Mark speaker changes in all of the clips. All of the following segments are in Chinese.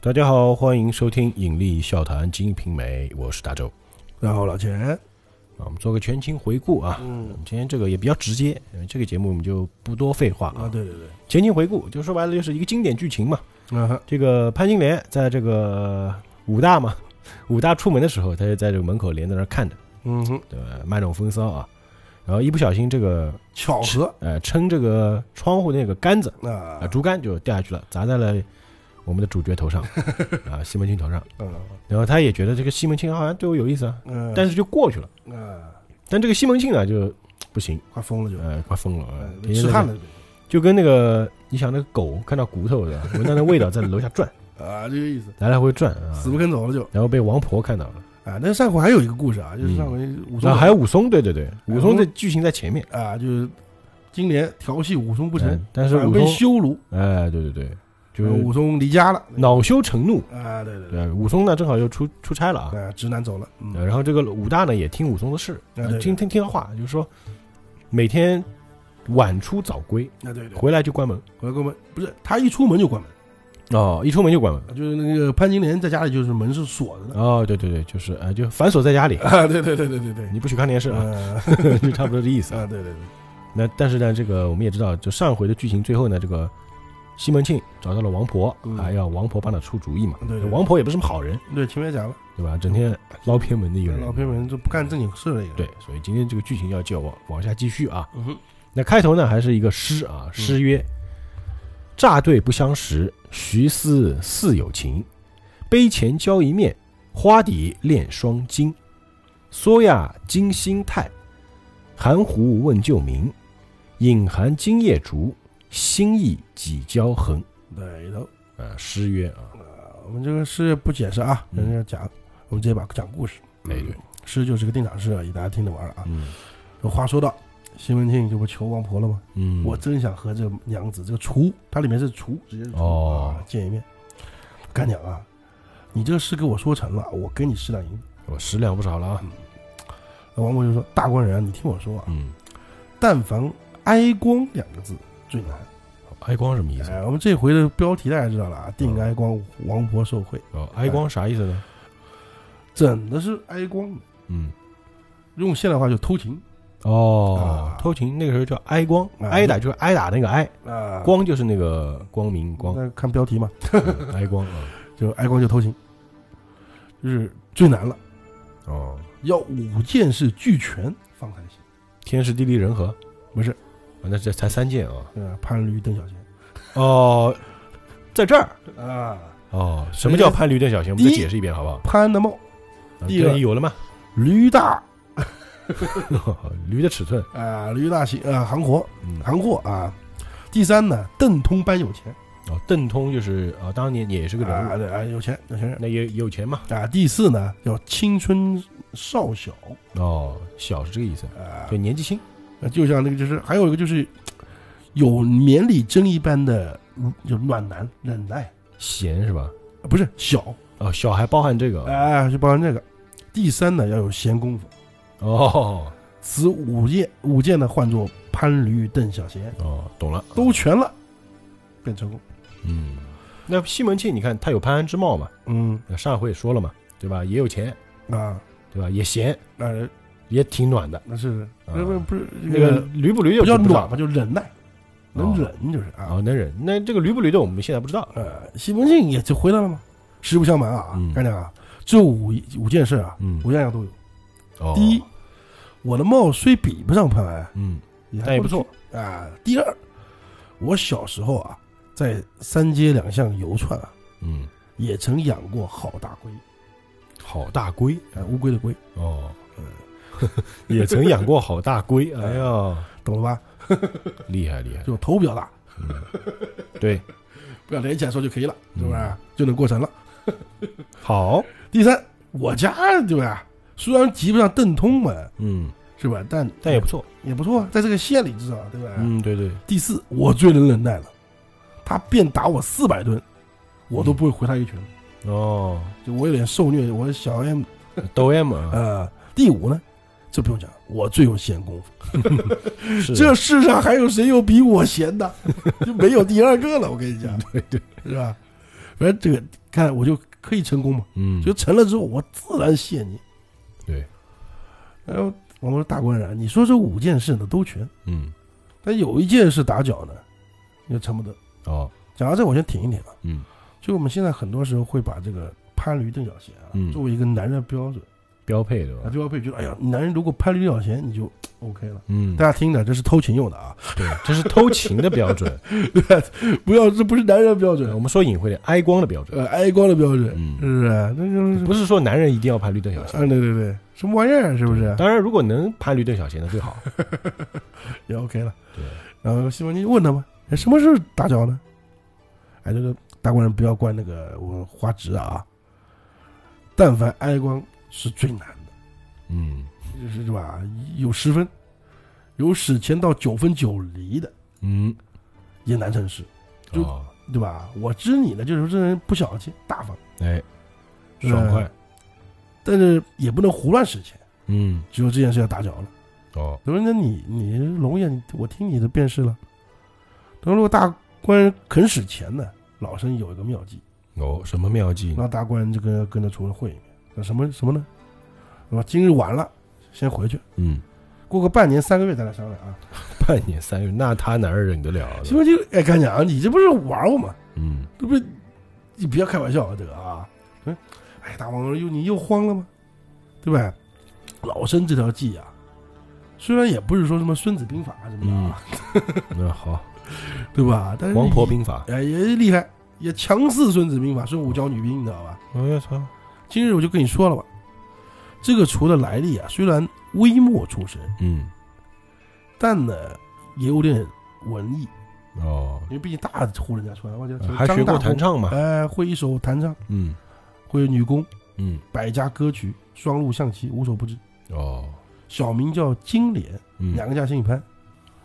Speaker 1: 大家好，欢迎收听《引力笑谈金瓶梅》，我是大周。
Speaker 2: 然后老钱，
Speaker 1: 啊，我们做个全情回顾啊。
Speaker 2: 嗯
Speaker 1: 今天这个也比较直接，因为这个节目我们就不多废话
Speaker 2: 啊，
Speaker 1: 啊。
Speaker 2: 对对对，
Speaker 1: 前情回顾就说白了就是一个经典剧情嘛。
Speaker 2: 啊哈，
Speaker 1: 这个潘金莲在这个武大嘛， 武大出门的时候，他就在这个门口帘在那儿看着，
Speaker 2: 嗯哼，
Speaker 1: 对吧？卖弄风骚啊。然后一不小心这个
Speaker 2: 巧合
Speaker 1: 呃撑这个窗户那个杆子啊、
Speaker 2: 啊，
Speaker 1: 竹竿就掉下去了，砸在了我们的主角头 上啊西门庆头上。
Speaker 2: 嗯
Speaker 1: 然后他也觉得这个西门庆好像对我有意思啊，
Speaker 2: 嗯，
Speaker 1: 但是就过去了。
Speaker 2: 是啊，
Speaker 1: 但这个西门庆啊就不行，
Speaker 2: 快疯了就，
Speaker 1: 呃，快疯了，呃
Speaker 2: 嗯
Speaker 1: 天天
Speaker 2: 痴
Speaker 1: 在
Speaker 2: 汉
Speaker 1: 那
Speaker 2: 了
Speaker 1: 就跟那个你想那个狗看到骨头的，闻到那味道在楼下转，
Speaker 2: 就，啊，这个意思，
Speaker 1: 来来回转啊，
Speaker 2: 死不肯走了就，
Speaker 1: 然后被王婆看到了，
Speaker 2: 啊，那上回还有一个故事啊，就是上回武松
Speaker 1: 然后还有武松，对对对，武松的
Speaker 2: 武
Speaker 1: 剧情在前面，
Speaker 2: 啊，就是金莲调戏武松不成
Speaker 1: 嗯，但是
Speaker 2: 反
Speaker 1: 武
Speaker 2: 被
Speaker 1: 松，
Speaker 2: 羞辱，
Speaker 1: 哎，对对对，就
Speaker 2: 啊
Speaker 1: 是
Speaker 2: 武松离家了，
Speaker 1: 恼羞成怒，
Speaker 2: 啊，对对对，
Speaker 1: 对，武松呢正好又出出差了啊，
Speaker 2: 啊，直男走了，嗯
Speaker 1: 呃然后这个武大呢也听武松的事，呃
Speaker 2: 啊对
Speaker 1: 听听听他话，就是说每天晚出早归，
Speaker 2: 啊，对对，
Speaker 1: 回来就关门，
Speaker 2: 回来关门，不是他一出门就关门，啊
Speaker 1: 哦，一出门就关门，
Speaker 2: 就是那个潘金莲在家里就是门是锁着的，
Speaker 1: 哦，对对对，就是哎，就反锁在家里，
Speaker 2: 啊，对对对对对对，
Speaker 1: 你不许看电视啊，
Speaker 2: 啊
Speaker 1: 就差不多这意思啊。
Speaker 2: 啊，对对对，
Speaker 1: 那但是呢，这个我们也知道，就上回的剧情最后呢，这个西门庆找到了王婆，
Speaker 2: 嗯
Speaker 1: 还要王婆帮他出主意嘛。
Speaker 2: 对对对
Speaker 1: 王婆也不是什么好人，
Speaker 2: 对，前面讲了，
Speaker 1: 对吧？整天捞偏门的一个人。
Speaker 2: 老偏门就不干正经事了，也
Speaker 1: 对，所以今天这个剧情要继续往往下继续啊。
Speaker 2: 嗯哼，
Speaker 1: 那开头呢，还是一个诗啊，诗曰：“乍对不相识，徐思似有情。杯前交一面，花底恋双金。梭亚惊心态，含糊问旧名。隐含今夜烛，心意几交横。
Speaker 2: 对头。
Speaker 1: 啊”呃，诗曰啊，
Speaker 2: 啊我们这个诗不解释啊，
Speaker 1: 嗯
Speaker 2: 人家讲，我们直接把讲故事。
Speaker 1: 哎对，
Speaker 2: 诗就是个定场诗而已，大家听着玩儿啊。
Speaker 1: 嗯
Speaker 2: 话说到，西门庆这不求王婆了吗？
Speaker 1: 嗯，
Speaker 2: 我真想和这个娘子，这个厨，它里面是厨，直接是厨
Speaker 1: 哦
Speaker 2: 啊，见一面。干娘啊，你这个事给我说成了，我给你十两银子。
Speaker 1: 我食量不少了啊，
Speaker 2: 那王婆就说：“大官人啊，你听我说啊，
Speaker 1: 嗯，
Speaker 2: 但凡哀光两个字最难。
Speaker 1: 哀光什么意思？
Speaker 2: 哎，我们这回的标题大家知道了啊，定哀光，王婆受贿，
Speaker 1: 哦，哀光啥意思呢？
Speaker 2: 整的是哀光，
Speaker 1: 嗯，
Speaker 2: 用现代话就偷情
Speaker 1: 哦
Speaker 2: 啊，
Speaker 1: 偷情那个时候叫哀光，
Speaker 2: 啊
Speaker 1: 挨打就是挨打那个挨，
Speaker 2: 啊。
Speaker 1: 光就是那个光明光，
Speaker 2: 那看标题嘛，
Speaker 1: 嗯挨光啊。
Speaker 2: 就哀光就偷情，就是最难了，
Speaker 1: 哦，
Speaker 2: 要五件事俱全方才行。
Speaker 1: 天时地利人和，啊
Speaker 2: 不是，
Speaker 1: 那这才三件啊。
Speaker 2: 呃，潘驴邓小闲
Speaker 1: 哦，在这儿
Speaker 2: 啊，
Speaker 1: 哦，什么叫攀驴邓小闲？我们再解释一遍好不好？
Speaker 2: 潘安的帽，第一个
Speaker 1: 这里有了吗？
Speaker 2: 驴大
Speaker 1: 驴的尺寸，
Speaker 2: 啊，驴大行啊，行活
Speaker 1: 嗯，
Speaker 2: 行货啊。第三呢，邓通班有钱，
Speaker 1: 哦，邓通就是啊，当年也是个
Speaker 2: 啊，
Speaker 1: 人物，
Speaker 2: 对啊，有钱有钱人
Speaker 1: 那也有钱嘛。
Speaker 2: 啊。第四呢，叫青春少小
Speaker 1: 哦，小是这个意思，
Speaker 2: 啊
Speaker 1: 就，年纪轻。
Speaker 2: 就像那个就是还有一个就是有绵里针一般的就暖男忍耐，
Speaker 1: 闲是吧？
Speaker 2: 不是小
Speaker 1: 哦，小还包含这个啊。
Speaker 2: 哎，就包含这个。第三呢，要有闲工夫。
Speaker 1: 哦
Speaker 2: 此五件五件呢，换作潘驴邓小闲，
Speaker 1: 哦，懂了，
Speaker 2: 都全了，变成功。
Speaker 1: 嗯。那西门庆，你看他有潘安之貌嘛？
Speaker 2: 嗯
Speaker 1: 那上回也说了嘛，对吧？也有钱，
Speaker 2: 啊，
Speaker 1: 对吧？也闲，
Speaker 2: 那
Speaker 1: 也挺暖的。
Speaker 2: 那是
Speaker 1: 啊
Speaker 2: 那不不是
Speaker 1: 那个驴不驴
Speaker 2: 不
Speaker 1: 的
Speaker 2: 叫
Speaker 1: 我就不知道
Speaker 2: 嗯暖吧，就忍耐，能忍就是啊。
Speaker 1: 啊，能忍。那这个驴不驴的我们现在不知道。
Speaker 2: 呃，西门庆也就回来了嘛。实不相瞒啊
Speaker 1: 嗯，
Speaker 2: 干娘啊，这五五件事啊，
Speaker 1: 嗯
Speaker 2: 五样样都有。
Speaker 1: 哦
Speaker 2: 第一，，我的貌虽比不上潘安，
Speaker 1: 嗯，
Speaker 2: 也
Speaker 1: 但也不
Speaker 2: 错啊。第二，我小时候啊，在三街两巷游窜啊，
Speaker 1: 嗯，
Speaker 2: 也曾养过好大龟，
Speaker 1: 好大龟
Speaker 2: 啊，乌龟的龟，
Speaker 1: 哦，也曾养过好大龟。哎 呀，
Speaker 2: 懂了吧？
Speaker 1: 厉害厉害。
Speaker 2: 就头比较大，
Speaker 1: 对，
Speaker 2: 不要连起来说就可以了，
Speaker 1: 嗯
Speaker 2: 是不是？就能过审了。
Speaker 1: 好，
Speaker 2: 第三，我家对吧？虽然及不上邓通嘛，
Speaker 1: 嗯，
Speaker 2: 是吧？但
Speaker 1: 但也不错。
Speaker 2: 也不错，啊在这个县里至少对吧？
Speaker 1: 嗯，对对，
Speaker 2: 第四，我最能忍耐了，他便打我四百吨，我
Speaker 1: 嗯
Speaker 2: 都不会回他一拳，
Speaker 1: 哦，
Speaker 2: 就我有点受虐，我小 M
Speaker 1: 抖 M 啊，
Speaker 2: 呃。第五呢，这不用讲，我最有闲工夫。
Speaker 1: 是
Speaker 2: 呃这世上还有谁 有比我闲的？就没有第二个了，我跟你讲，
Speaker 1: 对对
Speaker 2: 是吧？反正这个看我就可以成功嘛，
Speaker 1: 嗯，
Speaker 2: 就成了之后我自然谢你。
Speaker 1: 对，
Speaker 2: 然后王勃说大官人啊，你说这五件事呢都全，
Speaker 1: 嗯，
Speaker 2: 但有一件事打搅呢，你就成不得。
Speaker 1: 哦，
Speaker 2: 讲到这，我先停一停啊。
Speaker 1: 嗯，
Speaker 2: 就我们现在很多时候会把这个攀驴邓小闲啊、
Speaker 1: 嗯
Speaker 2: 作为一个男人的标准，
Speaker 1: 标配对
Speaker 2: 啊，
Speaker 1: 吧？
Speaker 2: 就要被觉得哎呀，男人如果攀驴邓小闲你就 OK 了。
Speaker 1: 嗯，
Speaker 2: 大家听着，这是偷情用的啊，
Speaker 1: 对，这是偷情的标准。
Speaker 2: 不要，这不是男人的标
Speaker 1: 对，我
Speaker 2: 准，
Speaker 1: 们说隐晦点，挨光的标准，
Speaker 2: 呃，挨光的标准，
Speaker 1: 嗯
Speaker 2: 是不是？那就是
Speaker 1: 不是说男人一定要攀绿邓小
Speaker 2: 啊，对
Speaker 1: 闲。
Speaker 2: 对对，什么玩意儿，是不是？
Speaker 1: 嗯当然，如果能攀绿邓小闲的最 好。
Speaker 2: 也 OK 了。
Speaker 1: 对，
Speaker 2: 然后西门庆问他嘛，哎什么事打搅呢？哎，这个大官人不要怪那个我花枝啊，但凡挨光是最难的。
Speaker 1: 嗯
Speaker 2: 是吧？有十分，有史前到九分九厘的
Speaker 1: 嗯，
Speaker 2: 也难成事，就
Speaker 1: 哦，
Speaker 2: 对吧？我知你呢，就是这人不小气、大方，
Speaker 1: 哎，爽快，
Speaker 2: 但是也不能胡乱使钱。
Speaker 1: 嗯，
Speaker 2: 只有这件事要打搅了。
Speaker 1: 哦，
Speaker 2: 他说：“那你你龙爷，你我听你的便是了。”他说：“如果大官人肯使钱呢，老身有一个妙计，
Speaker 1: 哦，什么妙计？
Speaker 2: 让大官人就跟跟着出了会一面。那什么什么呢？我今日晚了，先回去，
Speaker 1: 嗯，
Speaker 2: 过个半年三个月咱俩商量啊。”
Speaker 1: 半年三月，那他哪儿忍得了啊？
Speaker 2: 西门庆哎，干讲，你这不是玩我吗？
Speaker 1: 嗯，
Speaker 2: 对不对？你不要开玩笑啊，这个啊，嗯，哎，大王又你又慌了吗？对吧？老生这条计啊，虽然也不是说什么《孙子兵法》什么的啊，
Speaker 1: 那好，
Speaker 2: 对吧？但
Speaker 1: 嗯
Speaker 2: 是
Speaker 1: 王婆兵法，
Speaker 2: 哎也厉害，也强似《孙子兵法》孙武教女兵，你知道吧？
Speaker 1: 哎呀操，
Speaker 2: 今日我就跟你说了吧，这个厨的来历啊，虽然微末出身，
Speaker 1: 嗯，
Speaker 2: 但呢也有点文艺，
Speaker 1: 哦，
Speaker 2: 因为毕竟大户人家出来，我觉得
Speaker 1: 嗯还学过弹
Speaker 2: 唱，
Speaker 1: 唱嘛？
Speaker 2: 哎，会一手弹唱，
Speaker 1: 嗯
Speaker 2: 会女工。
Speaker 1: 嗯，
Speaker 2: 百家歌曲、双陆象棋无所不知，
Speaker 1: 哦，
Speaker 2: 小名叫金莲，
Speaker 1: 嗯，
Speaker 2: 两个家姓潘，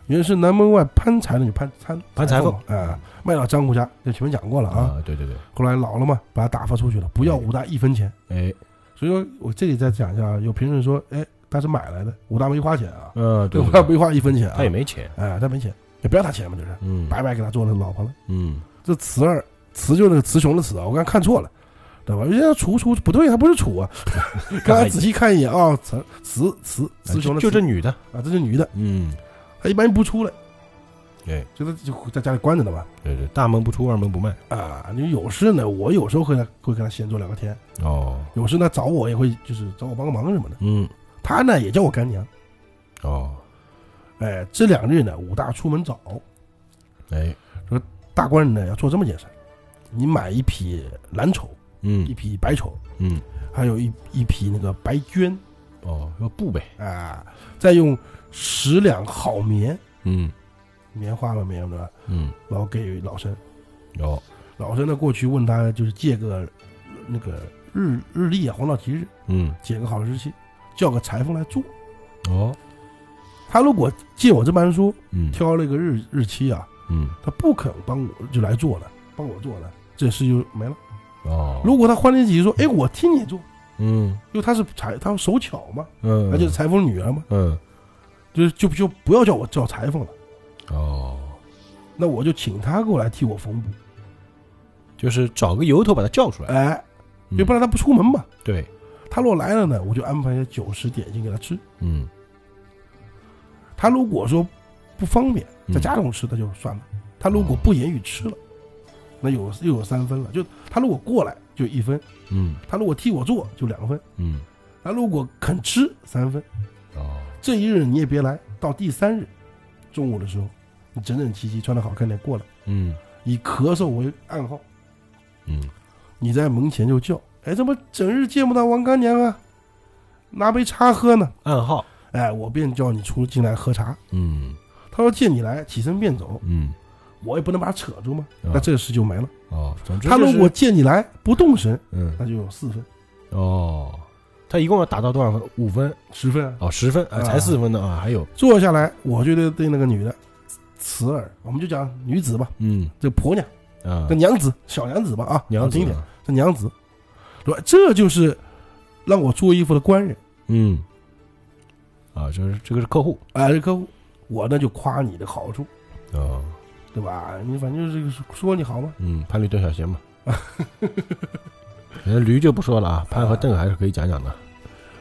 Speaker 2: 原是南门外潘财的女潘潘
Speaker 1: 潘裁缝哎
Speaker 2: 啊、卖到张虎家，这前面讲过了啊。
Speaker 1: 啊，对对对，
Speaker 2: 后来老了嘛，把他打发出去了，不要武大一分钱。
Speaker 1: 哎，
Speaker 2: 所以说我这里再讲一下，啊，有评论说，哎，他是买来的，武大没花钱啊，
Speaker 1: 嗯，对
Speaker 2: 武
Speaker 1: 对
Speaker 2: 大
Speaker 1: 对，
Speaker 2: 没花一分钱啊，
Speaker 1: 他也没钱，
Speaker 2: 哎、他没钱，也不要他钱嘛，就是
Speaker 1: 嗯，
Speaker 2: 白白给他做了老婆了。
Speaker 1: 嗯，
Speaker 2: 这词儿，词就是那个雌雄的雌啊，我刚才看错了，对吧？人家楚楚不对，他不是楚啊。刚才仔细看一眼啊，雌雌雌雌雄的雌
Speaker 1: 哎就这女的，
Speaker 2: 啊，这是女的，
Speaker 1: 嗯，
Speaker 2: 她一般不出来，
Speaker 1: 哎，
Speaker 2: 就她就在家里关着呢嘛。
Speaker 1: 对对，大门不出二门不迈，
Speaker 2: 啊，你有事呢，我有时候会来会跟她闲坐聊个天，
Speaker 1: 哦，
Speaker 2: 有事呢找我也会就是找我帮个忙什么的。
Speaker 1: 嗯，
Speaker 2: 她呢也叫我干娘，
Speaker 1: 哦，
Speaker 2: 哎，这两日呢武大出门早，
Speaker 1: 哎，
Speaker 2: 大官人呢要做这么件事儿，你买一匹蓝绸，一
Speaker 1: 嗯
Speaker 2: 匹白绸，
Speaker 1: 嗯，
Speaker 2: 还有一一匹那个白绢。
Speaker 1: 哦，要布呗，
Speaker 2: 啊，再用十两好棉，
Speaker 1: 嗯
Speaker 2: 棉花吧，棉对吧？
Speaker 1: 嗯，
Speaker 2: 然后给予老生，
Speaker 1: 哦，
Speaker 2: 老生呢过去问他就是借个呃那个日日历啊，黄道吉日，
Speaker 1: 嗯
Speaker 2: 借个好日期，叫个裁缝来做。
Speaker 1: 哦，
Speaker 2: 他如果借我这班书，
Speaker 1: 嗯
Speaker 2: 挑了一个日日期啊，
Speaker 1: 嗯，
Speaker 2: 他不肯帮我就来做了，帮我做了，这事就没了。
Speaker 1: 哦，
Speaker 2: 如果他欢天喜地说，哎，我替你做，
Speaker 1: 嗯
Speaker 2: 因为他是裁，他手巧嘛，
Speaker 1: 嗯，
Speaker 2: 他就是裁缝女儿嘛，
Speaker 1: 嗯
Speaker 2: 就是就就不要叫我叫裁缝了，
Speaker 1: 哦。
Speaker 2: 那我就请他过来替我缝补。
Speaker 1: 就是找个由头把他叫出来，
Speaker 2: 哎，
Speaker 1: 嗯
Speaker 2: 要不然他不出门嘛。
Speaker 1: 对，
Speaker 2: 他若来了呢，我就安排酒食点心给他吃。
Speaker 1: 嗯，
Speaker 2: 他如果说不方便，
Speaker 1: 嗯
Speaker 2: 在家中吃，那就算了。他如果不言语吃了，那有又有三分了。就他如果过来就一分，
Speaker 1: 嗯
Speaker 2: 他如果替我做就两分，
Speaker 1: 嗯，
Speaker 2: 他如果肯吃三分。
Speaker 1: 哦，
Speaker 2: 这一日你也别来，到第三日中午的时候，你整整齐齐穿的好看点过来，
Speaker 1: 嗯
Speaker 2: 以咳嗽为暗号，
Speaker 1: 嗯，
Speaker 2: 你在门前就叫，哎，怎么整日见不到王干娘啊？拿杯茶喝呢？
Speaker 1: 暗号，
Speaker 2: 哎，我便叫你出进来喝茶。
Speaker 1: 嗯
Speaker 2: 他说见你来，起身便走，
Speaker 1: 嗯，
Speaker 2: 我也不能把他扯住嘛，
Speaker 1: 啊
Speaker 2: 那这事就没了。
Speaker 1: 哦，总之
Speaker 2: 他
Speaker 1: 就是
Speaker 2: 如果见你来不动神，
Speaker 1: 嗯
Speaker 2: 那就有四分、
Speaker 1: 哦，他一共要打到多少分？五分
Speaker 2: 十分啊。
Speaker 1: 哦，十分啊，才
Speaker 2: 啊
Speaker 1: 四分呢啊，还有，
Speaker 2: 坐下来，我觉得对那个女的，慈儿，我们就讲女子吧，
Speaker 1: 嗯
Speaker 2: 这婆娘，
Speaker 1: 啊
Speaker 2: 这，娘子，小娘子吧啊，
Speaker 1: 娘
Speaker 2: 好
Speaker 1: 子
Speaker 2: 听一
Speaker 1: 呢
Speaker 2: 点，，这娘子，对吧？这就是让我做衣服的官人，
Speaker 1: 嗯，啊，这是这个是客户
Speaker 2: 哎，这客户，我呢就夸你的好处，
Speaker 1: 啊，
Speaker 2: 对吧？你反正就是说你好嘛，
Speaker 1: 嗯，潘绿邓小闲嘛，
Speaker 2: 啊、
Speaker 1: 那驴就不说了啊，潘和邓还是可以讲讲的。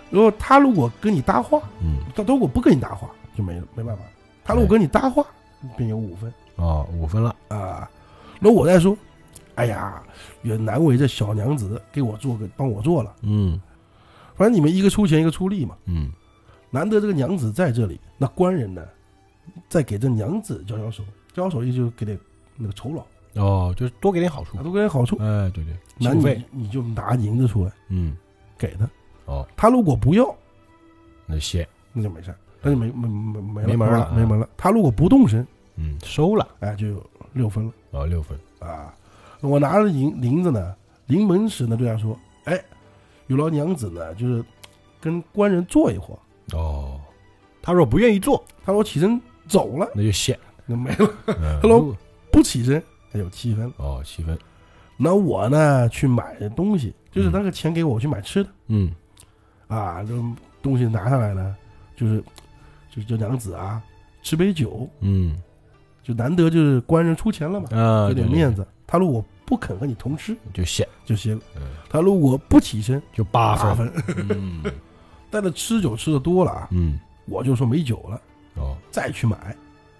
Speaker 2: 如果他如果跟你搭话，
Speaker 1: 嗯，
Speaker 2: 他如果不跟你搭话就没没办法。他如果跟你搭话，便有五分
Speaker 1: 哦，五分了，
Speaker 2: 啊。那我再说，哎呀，也难为这小娘子给我做个帮我做了，
Speaker 1: 嗯
Speaker 2: 反正你们一个出钱一个出力嘛。
Speaker 1: 嗯，
Speaker 2: 难得这个娘子在这里，那官人呢，再给这娘子交交手，交交手也就给点那个酬劳，
Speaker 1: 哦，就是多给点好处
Speaker 2: 那。多给点好处，
Speaker 1: 哎，对对，
Speaker 2: 那
Speaker 1: 经费
Speaker 2: 你，你就拿银子出来
Speaker 1: 嗯，
Speaker 2: 给他。
Speaker 1: 哦，
Speaker 2: 他如果不要，
Speaker 1: 那谢，
Speaker 2: 那就没事儿，那就没没没没
Speaker 1: 没
Speaker 2: 没
Speaker 1: 门儿了啊
Speaker 2: 了，没门儿了。他如果不动身，
Speaker 1: 嗯，收了，
Speaker 2: 哎，就有六分了
Speaker 1: 哦，六分，
Speaker 2: 啊。我拿着银银子呢，临门时呢对他说：“哎，有劳娘子呢，就是跟官人坐一会儿。
Speaker 1: 哦，他若不愿意做，”
Speaker 2: 他说起身走了，
Speaker 1: 那就 谢。
Speaker 2: 那没了，
Speaker 1: 嗯
Speaker 2: Hello
Speaker 1: 如果
Speaker 2: 不起身，那有七分。
Speaker 1: 哦，七分，
Speaker 2: 那我呢去买东西，就是
Speaker 1: 嗯
Speaker 2: 那个钱给我去买吃的
Speaker 1: 嗯
Speaker 2: 啊，这东西拿上来呢，就是就就娘子啊，吃杯酒，
Speaker 1: 嗯
Speaker 2: 就难得就是官人出钱了嘛，
Speaker 1: 啊，
Speaker 2: 有点
Speaker 1: 对
Speaker 2: 面，子。他如果不肯和你同吃，
Speaker 1: 对对就谢，
Speaker 2: 就歇；
Speaker 1: 嗯，啊
Speaker 2: 他如果不起身，
Speaker 1: 就八
Speaker 2: 八
Speaker 1: 分，
Speaker 2: 分。
Speaker 1: 嗯
Speaker 2: 但是吃酒吃的多了啊，
Speaker 1: 嗯，
Speaker 2: 我就说没酒了，
Speaker 1: 哦
Speaker 2: 再去买，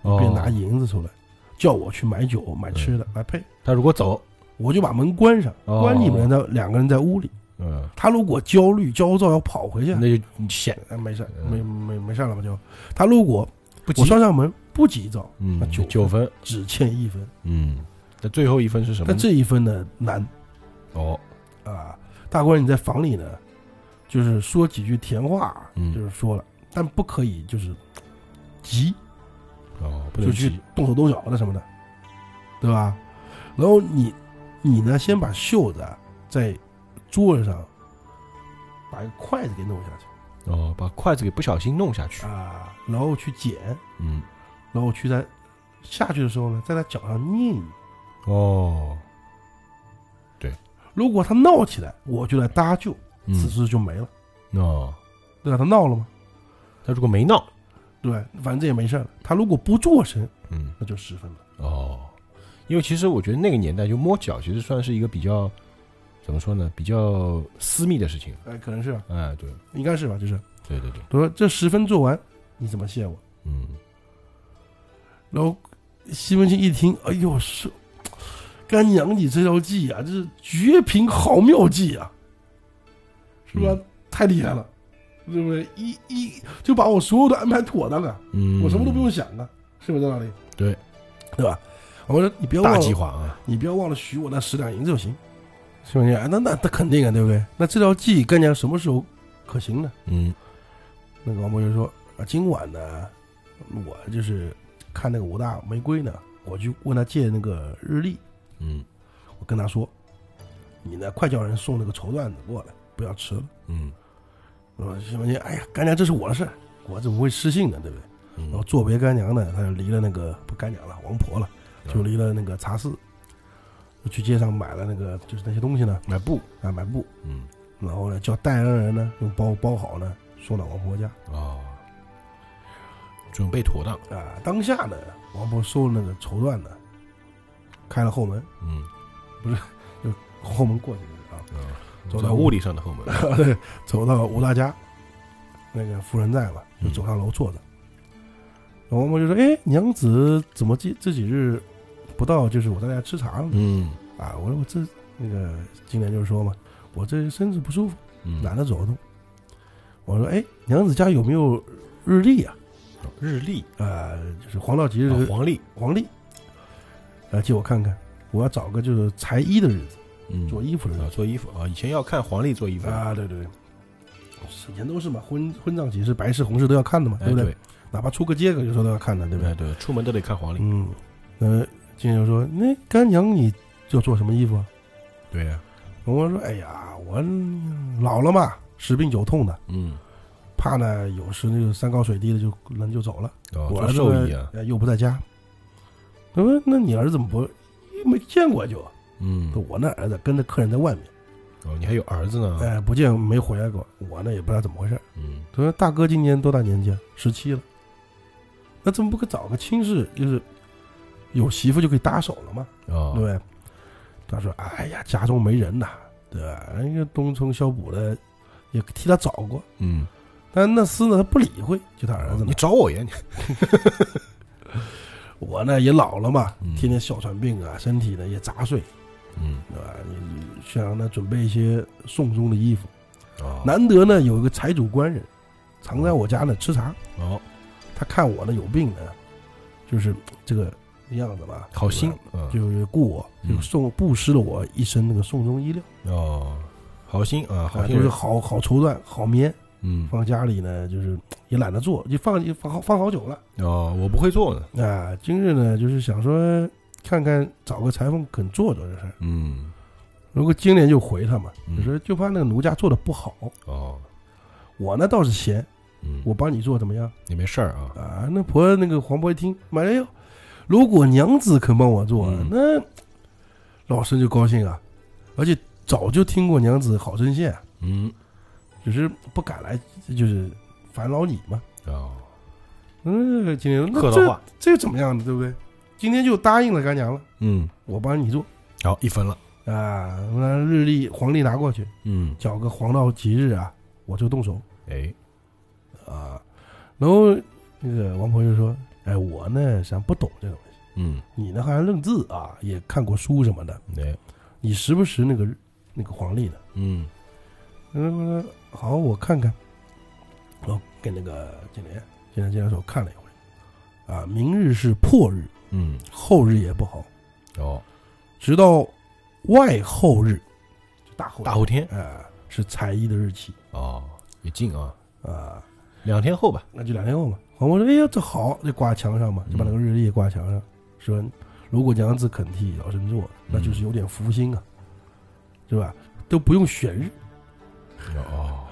Speaker 2: 别拿
Speaker 1: 哦，
Speaker 2: 银子出来，叫我去买酒买吃的来配，
Speaker 1: 他如果走，
Speaker 2: 我就把门关上，
Speaker 1: 哦
Speaker 2: 关你们在两个人在屋里。
Speaker 1: 嗯，
Speaker 2: 他如果焦虑焦躁要跑回去，
Speaker 1: 那就谢，
Speaker 2: 哎，没事，
Speaker 1: 嗯
Speaker 2: 没没没事了吧？就他如果
Speaker 1: 不急
Speaker 2: 我，上上门不急躁，
Speaker 1: 嗯
Speaker 2: 那，九
Speaker 1: 九分，
Speaker 2: 只欠一分，
Speaker 1: 嗯，那最后一分是什么
Speaker 2: 但
Speaker 1: 呢？
Speaker 2: 这一分呢难
Speaker 1: 哦，
Speaker 2: 啊！大官人你在房里呢，就是说几句甜话，
Speaker 1: 嗯
Speaker 2: 就是说了，但不可以就是急，
Speaker 1: 哦，不
Speaker 2: 就
Speaker 1: 能
Speaker 2: 去
Speaker 1: 急，
Speaker 2: 动手动脚的什么的，对吧？然后你你呢，先把袖子啊在桌子上把一个筷子给弄下去
Speaker 1: 哦，把筷子给不小心弄下去，
Speaker 2: 啊，然后去捡，
Speaker 1: 嗯，
Speaker 2: 然后去在下去的时候呢，在他脚上捏一捏。
Speaker 1: 哦，
Speaker 2: 如果他闹起来，我就来搭救，此
Speaker 1: 嗯，
Speaker 2: 事就没了，
Speaker 1: 哦，
Speaker 2: 对吧？他闹了吗？
Speaker 1: 他如果没闹，
Speaker 2: 对吧，反正这也没事儿了。他如果不做声，
Speaker 1: 嗯，
Speaker 2: 那就十分了。
Speaker 1: 哦，因为其实我觉得那个年代就摸脚，其实算是一个比较怎么说呢，比较私密的事情。
Speaker 2: 哎，可能是吧，
Speaker 1: 哎，对，
Speaker 2: 应该是吧，就是
Speaker 1: 对对对，
Speaker 2: 他说这十分做完，你怎么谢我？
Speaker 1: 嗯，
Speaker 2: 然后西门庆一听，哎呦，是干娘你这条计啊，这是绝品好妙计啊，是吧？
Speaker 1: 嗯
Speaker 2: 太厉害了，对不对？一一就把我所有的安排妥当啊，
Speaker 1: 嗯，
Speaker 2: 我什么都不用想啊，是不是在那里？
Speaker 1: 对，
Speaker 2: 对吧？我说你不要忘
Speaker 1: 大计
Speaker 2: 了，
Speaker 1: 划啊，
Speaker 2: 你不要忘了许我那十两银子就行。西门庆，哎那那那肯定啊，对不对？那这条计干娘什么时候可行呢？
Speaker 1: 嗯，
Speaker 2: 那个王伯就说：“啊，今晚呢，我就是看那个武大玫瑰呢，我去问他借那个日历，
Speaker 1: 嗯，
Speaker 2: 我跟他说，你呢快叫人送那个绸缎子过来，不要吃了。
Speaker 1: 嗯，”
Speaker 2: 我说：“西门庆，哎呀，干娘这是我的事儿，我怎么会失信呢？对不对？”
Speaker 1: 嗯，
Speaker 2: 然后作别干娘呢，他就离了那个不干娘了，王婆了，
Speaker 1: 嗯
Speaker 2: 就离了那个茶室，就去街上买了那个就是那些东西呢，
Speaker 1: 买布，
Speaker 2: 啊买布，
Speaker 1: 嗯，
Speaker 2: 然后呢叫戴恩人呢用包包好呢送到王婆家。
Speaker 1: 哦，准备妥当，
Speaker 2: 啊，当下呢，王婆收了那个绸缎呢，开了后门，
Speaker 1: 嗯，
Speaker 2: 后门过去啊，
Speaker 1: 啊，
Speaker 2: 走
Speaker 1: 在
Speaker 2: 到
Speaker 1: 物理上的后门，
Speaker 2: 走到吴大家，那个夫人在嘛，就
Speaker 1: 嗯
Speaker 2: 走上楼坐着。然后王婆就说：“哎，娘子怎么这这几日不到，就是我在家吃茶了呢
Speaker 1: 嗯
Speaker 2: 啊？”我说：“我这那个金莲就说嘛，我这身子不舒服，
Speaker 1: 嗯，
Speaker 2: 懒得走动。”我说：“哎，娘子家有没有日历啊？
Speaker 1: 日历，
Speaker 2: 呃，就是黄道吉日
Speaker 1: 啊黄历，
Speaker 2: 黄历，来借我看看，我要找个就是裁衣的日子，
Speaker 1: 嗯，
Speaker 2: 做衣服的日
Speaker 1: 啊，
Speaker 2: 子、
Speaker 1: 做衣服啊，以前要看黄历做衣服，
Speaker 2: 啊，对对对，以前都是嘛，婚婚葬喜事、白事、红事都要看的嘛，
Speaker 1: 哎
Speaker 2: 对不对？
Speaker 1: 对，
Speaker 2: 哪怕出个街口有时候都要看的，对不对？
Speaker 1: 哎对，出门都得看黄历，
Speaker 2: 嗯，那金牛说，那干娘你要做什么衣服啊？
Speaker 1: 对呀，
Speaker 2: 我说，哎呀，我老了嘛，十病九痛的，
Speaker 1: 嗯，
Speaker 2: 怕呢有时那个山高水低的就人就走了，
Speaker 1: 哦，
Speaker 2: 我
Speaker 1: 做
Speaker 2: 儿子
Speaker 1: 寿衣
Speaker 2: 呢
Speaker 1: 啊，
Speaker 2: 呃又不在家，他说，那你儿子怎么不没见过就？啊
Speaker 1: 嗯，
Speaker 2: 我那儿子跟着客人在外面，
Speaker 1: 哦，你还有儿子呢，
Speaker 2: 哎，不见没回来过，我呢也不知道怎么回事儿。
Speaker 1: 嗯，
Speaker 2: 他说大哥今年多大年纪啊？十七了，那怎么不给找个亲事，就是有媳妇就可以搭手了嘛，
Speaker 1: 哦
Speaker 2: 对不，对？他说：“哎呀，家中没人呐，对吧？人家东村小补呢，也替他找过，
Speaker 1: 嗯，
Speaker 2: 但那厮呢，他不理会，就他儿子呢
Speaker 1: 哦你。找我呀，你
Speaker 2: 我呢也老了嘛
Speaker 1: 嗯，
Speaker 2: 天天哮喘病啊，身体呢也杂碎，
Speaker 1: 嗯
Speaker 2: 对吧？你你想呢准备一些送终的衣服。
Speaker 1: 哦
Speaker 2: 难得呢有一个财主官人，常在我家呢吃茶，
Speaker 1: 哦，
Speaker 2: 他看我呢有病呢，就是这个样子吧，
Speaker 1: 好心
Speaker 2: 对吧，
Speaker 1: 嗯
Speaker 2: 就是雇我，
Speaker 1: 嗯
Speaker 2: 就送布施了我一身那个送终衣料，
Speaker 1: 哦，好心啊，好
Speaker 2: 啊，
Speaker 1: 心
Speaker 2: 就是
Speaker 1: 人，
Speaker 2: 好好绸缎、好棉，
Speaker 1: 嗯
Speaker 2: 放家里呢就是也懒得做，就放就放好放好久了。
Speaker 1: 哦，我不会做的，
Speaker 2: 啊，今日呢就是想说看看找个裁缝肯做做这事儿。
Speaker 1: 嗯
Speaker 2: 如果经理就回他嘛，
Speaker 1: 嗯
Speaker 2: 就说就怕那个奴家做的不好，
Speaker 1: 哦，
Speaker 2: 我呢倒是闲，
Speaker 1: 嗯，
Speaker 2: 我帮你做怎么样？
Speaker 1: 也没事儿啊，
Speaker 2: 啊，那婆那个黄婆一听，妈呀，如果娘子肯帮我做，
Speaker 1: 嗯
Speaker 2: 那老生就高兴啊，而且早就听过娘子好针线，啊
Speaker 1: 嗯
Speaker 2: 只是不敢来，就是烦扰你嘛。
Speaker 1: 哦，
Speaker 2: 嗯，今天
Speaker 1: 客
Speaker 2: 那
Speaker 1: 套
Speaker 2: 这
Speaker 1: 话，
Speaker 2: 这怎么样的，对不对？今天就答应了干娘了，
Speaker 1: 嗯，
Speaker 2: 我帮你做
Speaker 1: 好，一分了，
Speaker 2: 啊，那日历黄历拿过去，
Speaker 1: 嗯，
Speaker 2: 找个黄道吉日啊，我就动手。
Speaker 1: 哎，
Speaker 2: 啊，然后那个王婆就说：“哎，我呢，咱不懂这个东西，
Speaker 1: 嗯，
Speaker 2: 你呢还认字啊，也看过书什么的，
Speaker 1: 哎，
Speaker 2: 你识不识那个那个黄历呢
Speaker 1: 嗯，？”
Speaker 2: 嗯，好，我看看。我跟那个金莲，金莲金莲手看了一回，啊，明日是破日，
Speaker 1: 嗯，
Speaker 2: 后日也不好，
Speaker 1: 哦，
Speaker 2: 直到外后日，就大后日
Speaker 1: 大后天，
Speaker 2: 啊是裁衣的日期
Speaker 1: 哦，也近啊，
Speaker 2: 啊，
Speaker 1: 两天后吧，
Speaker 2: 那就两天后嘛。黄渤说：“哎呀，这好，就挂墙上嘛，就把那个日历挂墙上，说如果娘子肯替老身做，那就是有点福星啊，对吧？都不用选日，
Speaker 1: 哦，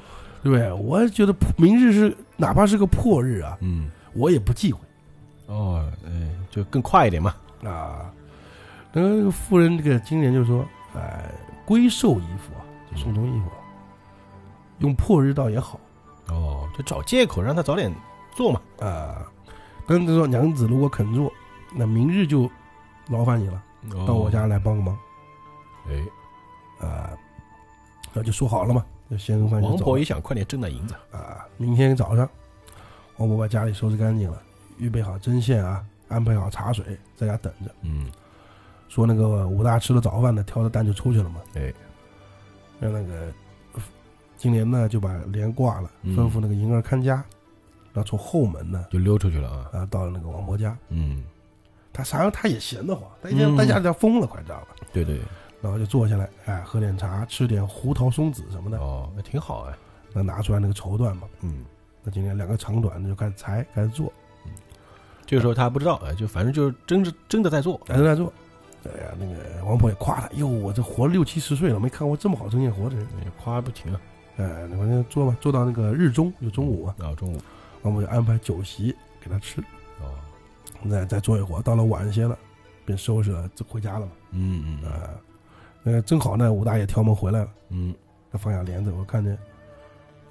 Speaker 2: 对不对？我觉得破明日是哪怕是个破日啊，
Speaker 1: 嗯，
Speaker 2: 我也不忌讳
Speaker 1: 哦，哎，就更快一点嘛，
Speaker 2: 啊。”那个妇人这个经理人就说：“哎，归寿衣服啊，就送终衣服啊，用破日倒也好
Speaker 1: 哦，就找借口让他早点做嘛，
Speaker 2: 啊。但是说娘子如果肯做，那明日就劳烦你了，
Speaker 1: 哦
Speaker 2: 到我，家来帮个忙。”
Speaker 1: 哎，
Speaker 2: 啊，那就说好了嘛，就先跟饭
Speaker 1: 王
Speaker 2: 先走
Speaker 1: 婆也想快点挣点银子，
Speaker 2: 啊。明天早上，王婆把家里收拾干净了，预备好针线啊，安排好茶水，在家等着。
Speaker 1: 嗯，
Speaker 2: 说那个武大吃了早饭呢，挑着担就出去了嘛。
Speaker 1: 哎，
Speaker 2: 让那个呃金莲呢就把帘挂了，
Speaker 1: 嗯
Speaker 2: 吩咐那个银儿看家，然后从后门呢
Speaker 1: 就溜出去了啊，
Speaker 2: 啊到了那个王婆家。
Speaker 1: 嗯，
Speaker 2: 他啥时候他也闲得慌，他已经
Speaker 1: 嗯
Speaker 2: 在家里要疯了，快知道吧？
Speaker 1: 对对，
Speaker 2: 然后就坐下来，哎，喝点茶，吃点胡桃松子什么的，
Speaker 1: 哦，那挺好哎，
Speaker 2: 那拿出来那个绸缎嘛。
Speaker 1: 嗯。
Speaker 2: 那今天两个长短就开始裁，开始做，
Speaker 1: 这个时候他还不知道，哎，就反正就是真是真的在做，
Speaker 2: 还是在做。哎呀，那个王婆也夸他，哟，我这活六七十岁了，没看过这么好针线活的人。
Speaker 1: 哎夸不停啊，
Speaker 2: 哎，那反正做吧，做到那个日中就中午啊，
Speaker 1: 啊，中午，
Speaker 2: 王婆就安排酒席给他吃。
Speaker 1: 哦，
Speaker 2: 再再做一会儿，到了晚些了，便收拾了就回家了嘛。
Speaker 1: 嗯嗯
Speaker 2: 啊、呃，正好呢，武大爷挑门回来了，
Speaker 1: 嗯
Speaker 2: 他放下帘子，我看见，